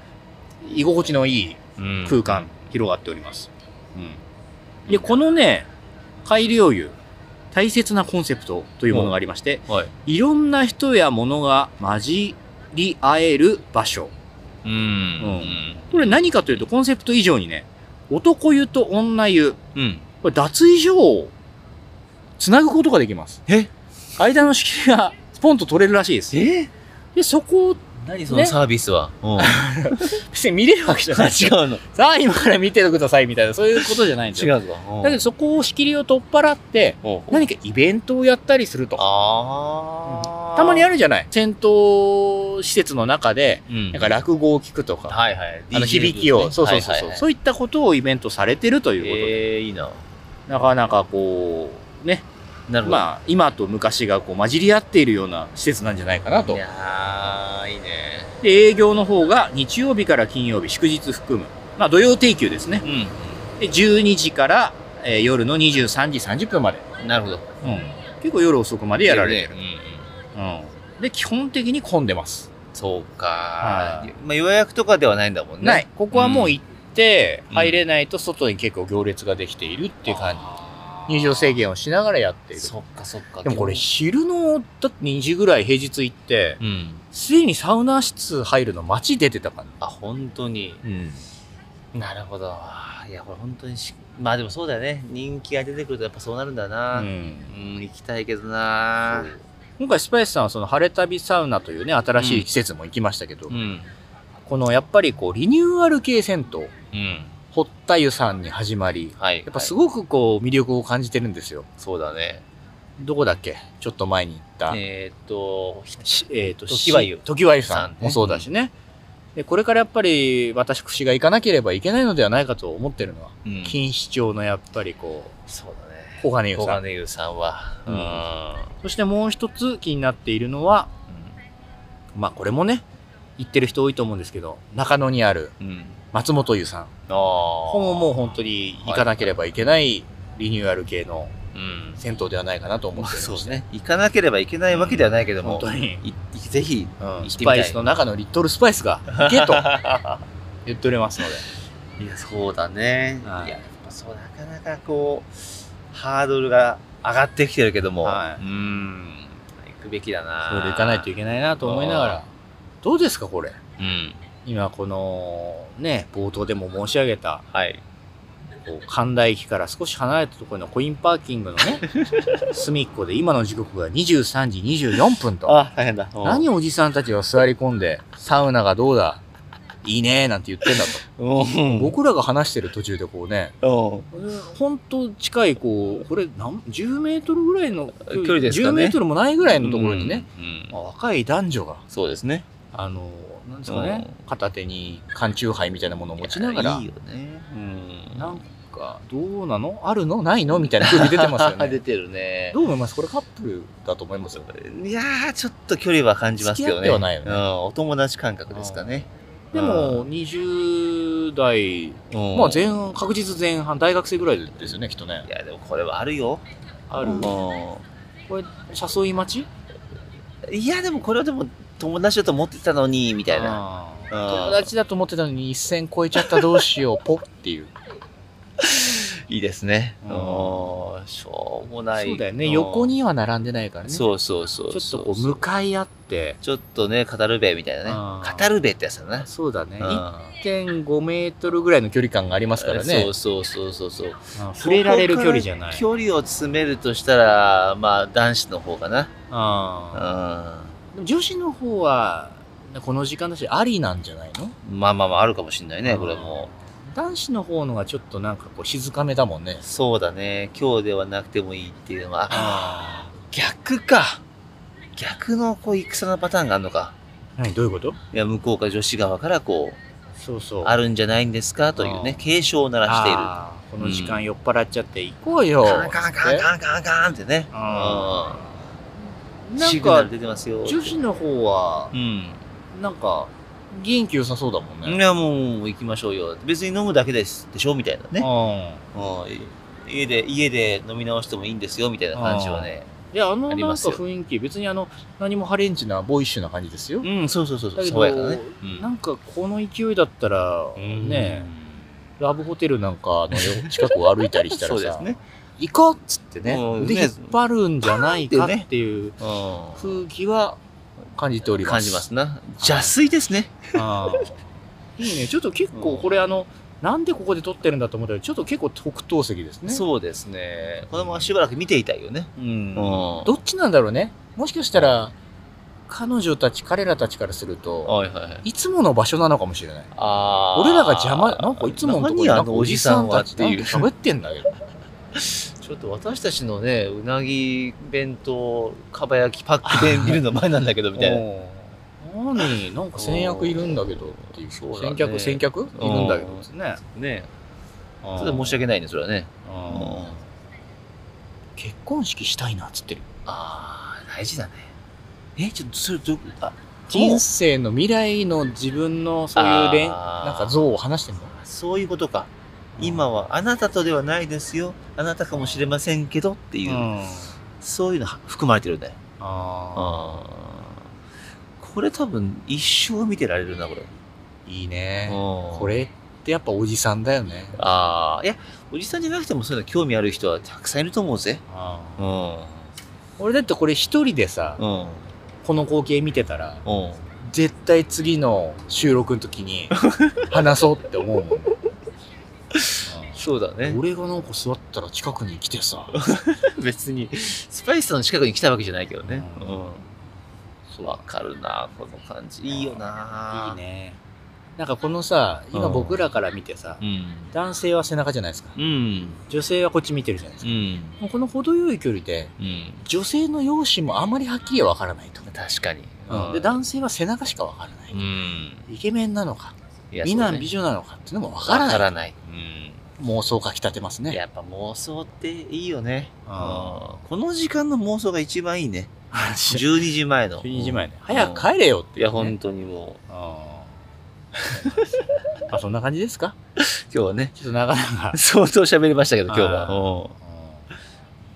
[SPEAKER 1] 居心地のいい
[SPEAKER 2] うん。
[SPEAKER 1] 空間、広がっております。うん。で、このね、改良湯、大切なコンセプトというものがありまして、
[SPEAKER 2] はい。
[SPEAKER 1] いろんな人や物が混じり合える場所。
[SPEAKER 2] うん。
[SPEAKER 1] これ何かというと、コンセプト以上にね、男湯と女湯、
[SPEAKER 2] うん。うん。
[SPEAKER 1] これ脱衣所をつなぐことができます。
[SPEAKER 2] え
[SPEAKER 1] 間の仕切りがスポンと取れるらしいです。
[SPEAKER 2] え
[SPEAKER 1] で、そこを
[SPEAKER 2] 何そのサービスは。うん。
[SPEAKER 1] 別に見れるわけじゃない。[LAUGHS]
[SPEAKER 2] [LAUGHS] 違うの。
[SPEAKER 1] さあ、今から見てくださいみたいな、そういうことじゃないんです [LAUGHS]
[SPEAKER 2] 違
[SPEAKER 1] よ。
[SPEAKER 2] うぞ。うん
[SPEAKER 1] だけど、そこを仕切りを取っ払って、
[SPEAKER 2] ほうほう
[SPEAKER 1] 何かイベントをやったりすると。
[SPEAKER 2] ああ。
[SPEAKER 1] たまにあ
[SPEAKER 2] る。
[SPEAKER 1] るじゃない戦闘施設の中で、
[SPEAKER 2] うん。
[SPEAKER 1] なんか落語を聞くとか、
[SPEAKER 2] はいはい。
[SPEAKER 1] あの響きを、そうそうそうそう、そう
[SPEAKER 2] いう
[SPEAKER 1] いったことをイベントされてるということで
[SPEAKER 2] ええ、いいな。
[SPEAKER 1] なかなかこう、ね、
[SPEAKER 2] なるほど。
[SPEAKER 1] まあ、今と昔がこう混じり合っているような施設なんじゃないかなと
[SPEAKER 2] い。やー、いいね。
[SPEAKER 1] で、営業の方が日曜日から金曜日、祝日含む、まあ土曜定休ですね。
[SPEAKER 2] う
[SPEAKER 1] で、12時から、えー夜の23時30分まで。
[SPEAKER 2] ん。なるほど。
[SPEAKER 1] うん。結構夜遅くまでやられてる。
[SPEAKER 2] る。うんうん。
[SPEAKER 1] うん。で、基本的に混んでます。
[SPEAKER 2] そうか
[SPEAKER 1] は。
[SPEAKER 2] まあ予約とかではないんだもんね。
[SPEAKER 1] ない。ここはもう行って、
[SPEAKER 2] うん
[SPEAKER 1] 入れないと外に結構行列ができているっていう感じ。
[SPEAKER 2] あー
[SPEAKER 1] 入場制限をしながらやっている。
[SPEAKER 2] そっかそっか。
[SPEAKER 1] でもこれ昼の、だって2時ぐらい平日行って、
[SPEAKER 2] うん。
[SPEAKER 1] すでにサウナ室入るの街出てたからね。
[SPEAKER 2] あ、本当に。
[SPEAKER 1] うん。
[SPEAKER 2] なるほど。いや、これ本当にし、まあでもそうだよね。人気が出てくるとやっぱそうなるんだな。うん、行きたいけどな。
[SPEAKER 1] 今回スパイスさんはその晴れ旅サウナというね、新しい施設も行きましたけど、
[SPEAKER 2] うん。
[SPEAKER 1] このやっぱりこうリニューアル系銭湯、
[SPEAKER 2] うん。
[SPEAKER 1] 堀田湯さんに始まり、
[SPEAKER 2] はい。
[SPEAKER 1] やっぱす
[SPEAKER 2] ご
[SPEAKER 1] ごくこう魅力を感じてるんですよ。
[SPEAKER 2] そうだね。
[SPEAKER 1] どこだっけちょっと前に行った。
[SPEAKER 2] えーっと、ひ
[SPEAKER 1] しえっ、と、
[SPEAKER 2] 常盤湯
[SPEAKER 1] し常盤湯さん
[SPEAKER 2] さんね
[SPEAKER 1] もそうだしね。で、これからやっぱり私が行かなければいけないのではないかと思ってるのは、
[SPEAKER 2] うん
[SPEAKER 1] 錦糸町のやっぱりこう、
[SPEAKER 2] そうだね。
[SPEAKER 1] 小金湯
[SPEAKER 2] 小
[SPEAKER 1] さん。
[SPEAKER 2] 金湯さんは。
[SPEAKER 1] う
[SPEAKER 2] うんん。
[SPEAKER 1] そしてもう一つ気になっているのは、まあこれもね、行ってる人多いと思うんですけど、中野にある
[SPEAKER 2] うん。うん
[SPEAKER 1] 松本湯さん。
[SPEAKER 2] ああ。
[SPEAKER 1] ここももう本当に行かなければいけないリニューアル系の
[SPEAKER 2] うん。
[SPEAKER 1] 銭湯ではないかなと思
[SPEAKER 2] まあ
[SPEAKER 1] っており
[SPEAKER 2] そ
[SPEAKER 1] ま
[SPEAKER 2] う
[SPEAKER 1] す
[SPEAKER 2] で。すね。行かなければいけないわけではないけども。
[SPEAKER 1] 本当に。
[SPEAKER 2] いぜひ。
[SPEAKER 1] うん
[SPEAKER 2] 行ってみたい
[SPEAKER 1] スパイスの中のリットルスパイスが行けと言っておりますので。
[SPEAKER 2] いや、そうだね。い
[SPEAKER 1] はい
[SPEAKER 2] や、やっぱそう、なかなかこう、ハードルが上がってきてるけども。
[SPEAKER 1] はい
[SPEAKER 2] うん。行くべきだな。
[SPEAKER 1] それで行かないとい
[SPEAKER 2] け
[SPEAKER 1] けないなと思いなが
[SPEAKER 2] あ
[SPEAKER 1] ら。どうですか、これ。
[SPEAKER 2] ない。うん。
[SPEAKER 1] 今この、ね、冒頭でも申し上げた、
[SPEAKER 2] はい。
[SPEAKER 1] こう神田駅から少し離れたところのコインパーキングの
[SPEAKER 2] [LAUGHS]
[SPEAKER 1] ね、隅っこで今の時刻が23時24分と。
[SPEAKER 2] あ、大変だ。うん
[SPEAKER 1] 何おじさんたちが座り込んで、サウナがどうだ、いいねなんて言ってんだと。
[SPEAKER 2] うん。
[SPEAKER 1] 僕らが話してる途中でこうね、
[SPEAKER 2] うん。
[SPEAKER 1] ほんと近い、こう、これ何、10メートルぐらいの
[SPEAKER 2] 距離ですか
[SPEAKER 1] 10
[SPEAKER 2] ね
[SPEAKER 1] メートルもないぐらいのところにね、
[SPEAKER 2] うん。うん
[SPEAKER 1] まあ若い男女が、
[SPEAKER 2] そうですね。
[SPEAKER 1] あの、なんですかね、
[SPEAKER 2] う
[SPEAKER 1] 片手に缶チューハイみたいなものを持ちながら、
[SPEAKER 2] いいよね。
[SPEAKER 1] うん、なんか、どうなのあるのないのみたいな空気 [LAUGHS] 出てますよ
[SPEAKER 2] 出
[SPEAKER 1] ね。
[SPEAKER 2] てるね
[SPEAKER 1] ど。う思いますこれカップルだと思いますよ。
[SPEAKER 2] いやー、ちょっと距離は感じますけどね。
[SPEAKER 1] 付き合ってはないよね
[SPEAKER 2] うん。お友達感覚ですかね。
[SPEAKER 1] でも、20代
[SPEAKER 2] うん、
[SPEAKER 1] まあ前半、確実前半、大学生ぐらいですよね、きっとね
[SPEAKER 2] い。や、でもこれはあるよ。
[SPEAKER 1] あ
[SPEAKER 2] う
[SPEAKER 1] る
[SPEAKER 2] ん。
[SPEAKER 1] これ、誘い待ちみ
[SPEAKER 2] いや、でもこれはでも友達だと思ってたのに、みたいな。
[SPEAKER 1] な。
[SPEAKER 2] ん
[SPEAKER 1] 友達だと思ってたのに一線超えちゃったどうしよう、ポッっていう。
[SPEAKER 2] いいですね。
[SPEAKER 1] う
[SPEAKER 2] うんん。しょうもない。
[SPEAKER 1] そうだよね、
[SPEAKER 2] ん
[SPEAKER 1] 横。には並んでないからね。
[SPEAKER 2] そうそうそう。
[SPEAKER 1] ちょっとこう、向かい合って、
[SPEAKER 2] ちょっとね、語るべみたい
[SPEAKER 1] あ
[SPEAKER 2] な
[SPEAKER 1] ー
[SPEAKER 2] ね。語るべってやつだな。
[SPEAKER 1] そうだね、
[SPEAKER 2] うん
[SPEAKER 1] 1.5メートルぐらいの距離感がありますからね
[SPEAKER 2] そう。そうそうそうそう。
[SPEAKER 1] うん触れられる距離じゃない。
[SPEAKER 2] 距離を詰めるとしたら、まあ、男子の方かな。
[SPEAKER 1] あー
[SPEAKER 2] う
[SPEAKER 1] でも女子の方は、この時間だし、ありなんじゃないの
[SPEAKER 2] ん。まあまあまあ、あるかもしれないね、これも。
[SPEAKER 1] 男子の方のがちょっとなんかこう静かめだもんね。
[SPEAKER 2] そうだね。今日ではなくてもいいっていうのは、あ
[SPEAKER 1] あ
[SPEAKER 2] 逆か。逆のこう戦のパターンがあるのか。
[SPEAKER 1] あ。何どういうこと
[SPEAKER 2] いや、向こうから女子側からこう、
[SPEAKER 1] そうそう。
[SPEAKER 2] あるんじゃないんですかという
[SPEAKER 1] うん
[SPEAKER 2] ね、警鐘を鳴らしている。
[SPEAKER 1] あーこの時間酔っ払っちゃって行こうよ。
[SPEAKER 2] カンカンカンカンカンカンってね。
[SPEAKER 1] う
[SPEAKER 2] うんん。
[SPEAKER 1] な
[SPEAKER 2] シ
[SPEAKER 1] ん
[SPEAKER 2] グナル
[SPEAKER 1] か、
[SPEAKER 2] 出てますよ。
[SPEAKER 1] 女子の方は
[SPEAKER 2] う、ん。
[SPEAKER 1] なんか、元気良さそうだもん
[SPEAKER 2] い
[SPEAKER 1] ね。
[SPEAKER 2] や、もう行きましょうよ。別に飲むだけです。でしょみたいなね。
[SPEAKER 1] う
[SPEAKER 2] うん。家で、家で飲み直してもいいんですよ。みたいな感じはね。
[SPEAKER 1] ん。で、あのな
[SPEAKER 2] あ
[SPEAKER 1] ん
[SPEAKER 2] り
[SPEAKER 1] か
[SPEAKER 2] ますよ
[SPEAKER 1] 雰囲気、別にあの、何もハレンチな、ボーイッシュな感じですよ。
[SPEAKER 2] うん、そうそうそうそ
[SPEAKER 1] だ
[SPEAKER 2] う。
[SPEAKER 1] けど
[SPEAKER 2] 爽やかなね。
[SPEAKER 1] なんか、この勢いだったら、
[SPEAKER 2] うん
[SPEAKER 1] ね、ラブホテルなんかのよ近くを歩いたりしたら
[SPEAKER 2] [LAUGHS] そうで
[SPEAKER 1] さ
[SPEAKER 2] す、ね。
[SPEAKER 1] 行こうっつってね
[SPEAKER 2] う、ん
[SPEAKER 1] 腕
[SPEAKER 2] ね
[SPEAKER 1] 引っ張るんじゃないか
[SPEAKER 2] パーンってね
[SPEAKER 1] っていう
[SPEAKER 2] う
[SPEAKER 1] 空気は感じており
[SPEAKER 2] ん。
[SPEAKER 1] ます。
[SPEAKER 2] 感じますな。邪推ですね。
[SPEAKER 1] あーいいね。ちょっと結構これあの、なんでここで撮ってるんだと思ったら、ちょっと結構特等席ですね。
[SPEAKER 2] そうですね。このまましばらく見ていたいよね。
[SPEAKER 1] う。ん。
[SPEAKER 2] うん
[SPEAKER 1] どっちなんだろうね。もしかしたら、彼女たち、彼らたちからすると、
[SPEAKER 2] はいはいはい。
[SPEAKER 1] いつもの場所なのかもしれない。
[SPEAKER 2] あー
[SPEAKER 1] 俺らが邪魔、なんかいつものとこに
[SPEAKER 2] 何
[SPEAKER 1] な
[SPEAKER 2] あ
[SPEAKER 1] んか
[SPEAKER 2] の
[SPEAKER 1] お
[SPEAKER 2] お
[SPEAKER 1] じ
[SPEAKER 2] じ
[SPEAKER 1] さ
[SPEAKER 2] さ
[SPEAKER 1] ん
[SPEAKER 2] ん
[SPEAKER 1] た
[SPEAKER 2] はっ
[SPEAKER 1] ち
[SPEAKER 2] て
[SPEAKER 1] なん
[SPEAKER 2] い
[SPEAKER 1] か
[SPEAKER 2] う。
[SPEAKER 1] 喋ってんだけど。
[SPEAKER 2] ちょっと私たちのね、うなぎ弁当、かば焼きパックで見るの前なんだけ [LAUGHS] ど、みたいな。
[SPEAKER 1] な。何なんか先約いるんだけどっていう。
[SPEAKER 2] そうだね
[SPEAKER 1] 先客、先客いるんだけどですね。
[SPEAKER 2] ね
[SPEAKER 1] ち
[SPEAKER 2] ちょっと申し
[SPEAKER 1] 訳
[SPEAKER 2] 訳ないね、それはね。
[SPEAKER 1] ない。結婚式したいなっつってる。
[SPEAKER 2] ああ、大事だね。え、ちょっと、それど、あ、
[SPEAKER 1] 人生の未来の自分のそういう恋、
[SPEAKER 2] あー
[SPEAKER 1] なんか像を話してんの
[SPEAKER 2] そういうことか。今はあなたとではないですよ。あなたかもしれませんけどっていう、
[SPEAKER 1] うん
[SPEAKER 2] そういうのは含まれてるね。
[SPEAKER 1] あ
[SPEAKER 2] あーこれ多分一生見てられるな、これ。
[SPEAKER 1] ーいいね。こ
[SPEAKER 2] こ
[SPEAKER 1] れってやっぱおじさんだよね。
[SPEAKER 2] ああ、いや、おじさんじゃなくてもそういうの興味ある人はたくさんいると思うぜ。うん。
[SPEAKER 1] 俺だってこれ一人でさ、
[SPEAKER 2] うん。
[SPEAKER 1] この光景見てたら、
[SPEAKER 2] うん。
[SPEAKER 1] 絶対次の収録の時
[SPEAKER 2] [LAUGHS]
[SPEAKER 1] に話そうって思うもんね。
[SPEAKER 2] そうだ
[SPEAKER 1] うん
[SPEAKER 2] ね。
[SPEAKER 1] [LAUGHS] 俺がなんか座ったら近くに来てさ、
[SPEAKER 2] 別に、スパイスの近くに来たわけじゃないけどね。
[SPEAKER 1] う
[SPEAKER 2] うん。わかるな、この感じ。いいよな。
[SPEAKER 1] いい。ね。なんかこのさ、今
[SPEAKER 2] うん
[SPEAKER 1] 僕らから見てさ、
[SPEAKER 2] うん。
[SPEAKER 1] 男性は背中じゃないですか。
[SPEAKER 2] うん。
[SPEAKER 1] 女性はこっち見てるじゃないです
[SPEAKER 2] う
[SPEAKER 1] か。
[SPEAKER 2] ん。
[SPEAKER 1] もうこの程よい距離で、
[SPEAKER 2] うん。
[SPEAKER 1] 女性の容姿もあまりはっきりはわからないと。
[SPEAKER 2] 確かに。
[SPEAKER 1] で、男性は背中しかわからない。
[SPEAKER 2] うん。
[SPEAKER 1] イケメンなのか、
[SPEAKER 2] いや
[SPEAKER 1] 美男
[SPEAKER 2] そう
[SPEAKER 1] 美
[SPEAKER 2] ね
[SPEAKER 1] 女なのかっていうのもわ
[SPEAKER 2] わ
[SPEAKER 1] か
[SPEAKER 2] から
[SPEAKER 1] らない。
[SPEAKER 2] ない。うん。
[SPEAKER 1] 妄想かきたてますね。
[SPEAKER 2] やっぱ妄想っていいよね。
[SPEAKER 1] うん
[SPEAKER 2] この時間の妄想が一番い
[SPEAKER 1] [LAUGHS]
[SPEAKER 2] いね。12時前の。
[SPEAKER 1] 12時前ね。
[SPEAKER 2] うん
[SPEAKER 1] 早く帰れよって
[SPEAKER 2] い
[SPEAKER 1] ね
[SPEAKER 2] うや、本当にも
[SPEAKER 1] [LAUGHS]
[SPEAKER 2] う、
[SPEAKER 1] あーあ、そんな感じですか
[SPEAKER 2] 今日はね、
[SPEAKER 1] ちょっと長々。
[SPEAKER 2] 相当喋りましたけど、今日は。
[SPEAKER 1] あ
[SPEAKER 2] うん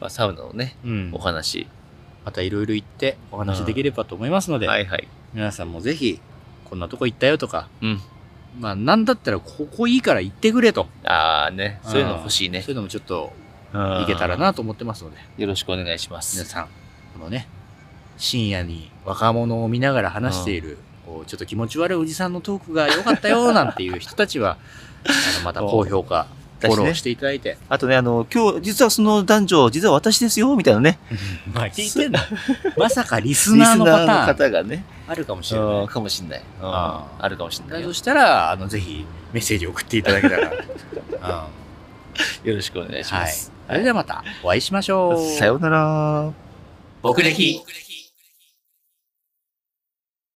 [SPEAKER 2] まあ、サウナのね、
[SPEAKER 1] [LAUGHS] うん
[SPEAKER 2] お話。
[SPEAKER 1] またいろいろ行ってお話できればと思いますので、
[SPEAKER 2] はいはい。
[SPEAKER 1] 皆さんもぜひ、こんなとこ行ったよとか、
[SPEAKER 2] うん。
[SPEAKER 1] まあ、なんだったらここいいから行ってくれと、
[SPEAKER 2] ああね、そういうの欲しいね
[SPEAKER 1] そう。いうのもちょっと
[SPEAKER 2] い
[SPEAKER 1] いけたら。なと思ってますので、
[SPEAKER 2] よろしくお願いしま
[SPEAKER 1] 皆
[SPEAKER 2] す。
[SPEAKER 1] さん、このね、深夜に若者を見ながら話している、こうちょっと気持ち悪いおじさんのトークが良かったよなんていう人たち
[SPEAKER 2] [LAUGHS]
[SPEAKER 1] は、あのまた高評価、フ
[SPEAKER 2] うん
[SPEAKER 1] ォロー
[SPEAKER 2] 私ね
[SPEAKER 1] していただいて、
[SPEAKER 2] あとね、あの、今日、実はその男女、実は私ですよ、みたいなね。
[SPEAKER 1] まあ聞いてんのまさかリスナーのパタ
[SPEAKER 2] リスナーの
[SPEAKER 1] ーン
[SPEAKER 2] 方がね、
[SPEAKER 1] あるかもしれな
[SPEAKER 2] うん
[SPEAKER 1] い。
[SPEAKER 2] かもしんない。うん
[SPEAKER 1] あー
[SPEAKER 2] あるかもしんな
[SPEAKER 1] だ
[SPEAKER 2] いよ
[SPEAKER 1] と。したら、あの、ぜひメッセージ送っていただけた
[SPEAKER 2] [LAUGHS]
[SPEAKER 1] ら。うん
[SPEAKER 2] よろしくお願いしま
[SPEAKER 1] はい。
[SPEAKER 2] す。
[SPEAKER 1] それではまたお会いしましょう。
[SPEAKER 2] さようなら。
[SPEAKER 1] 僕歴。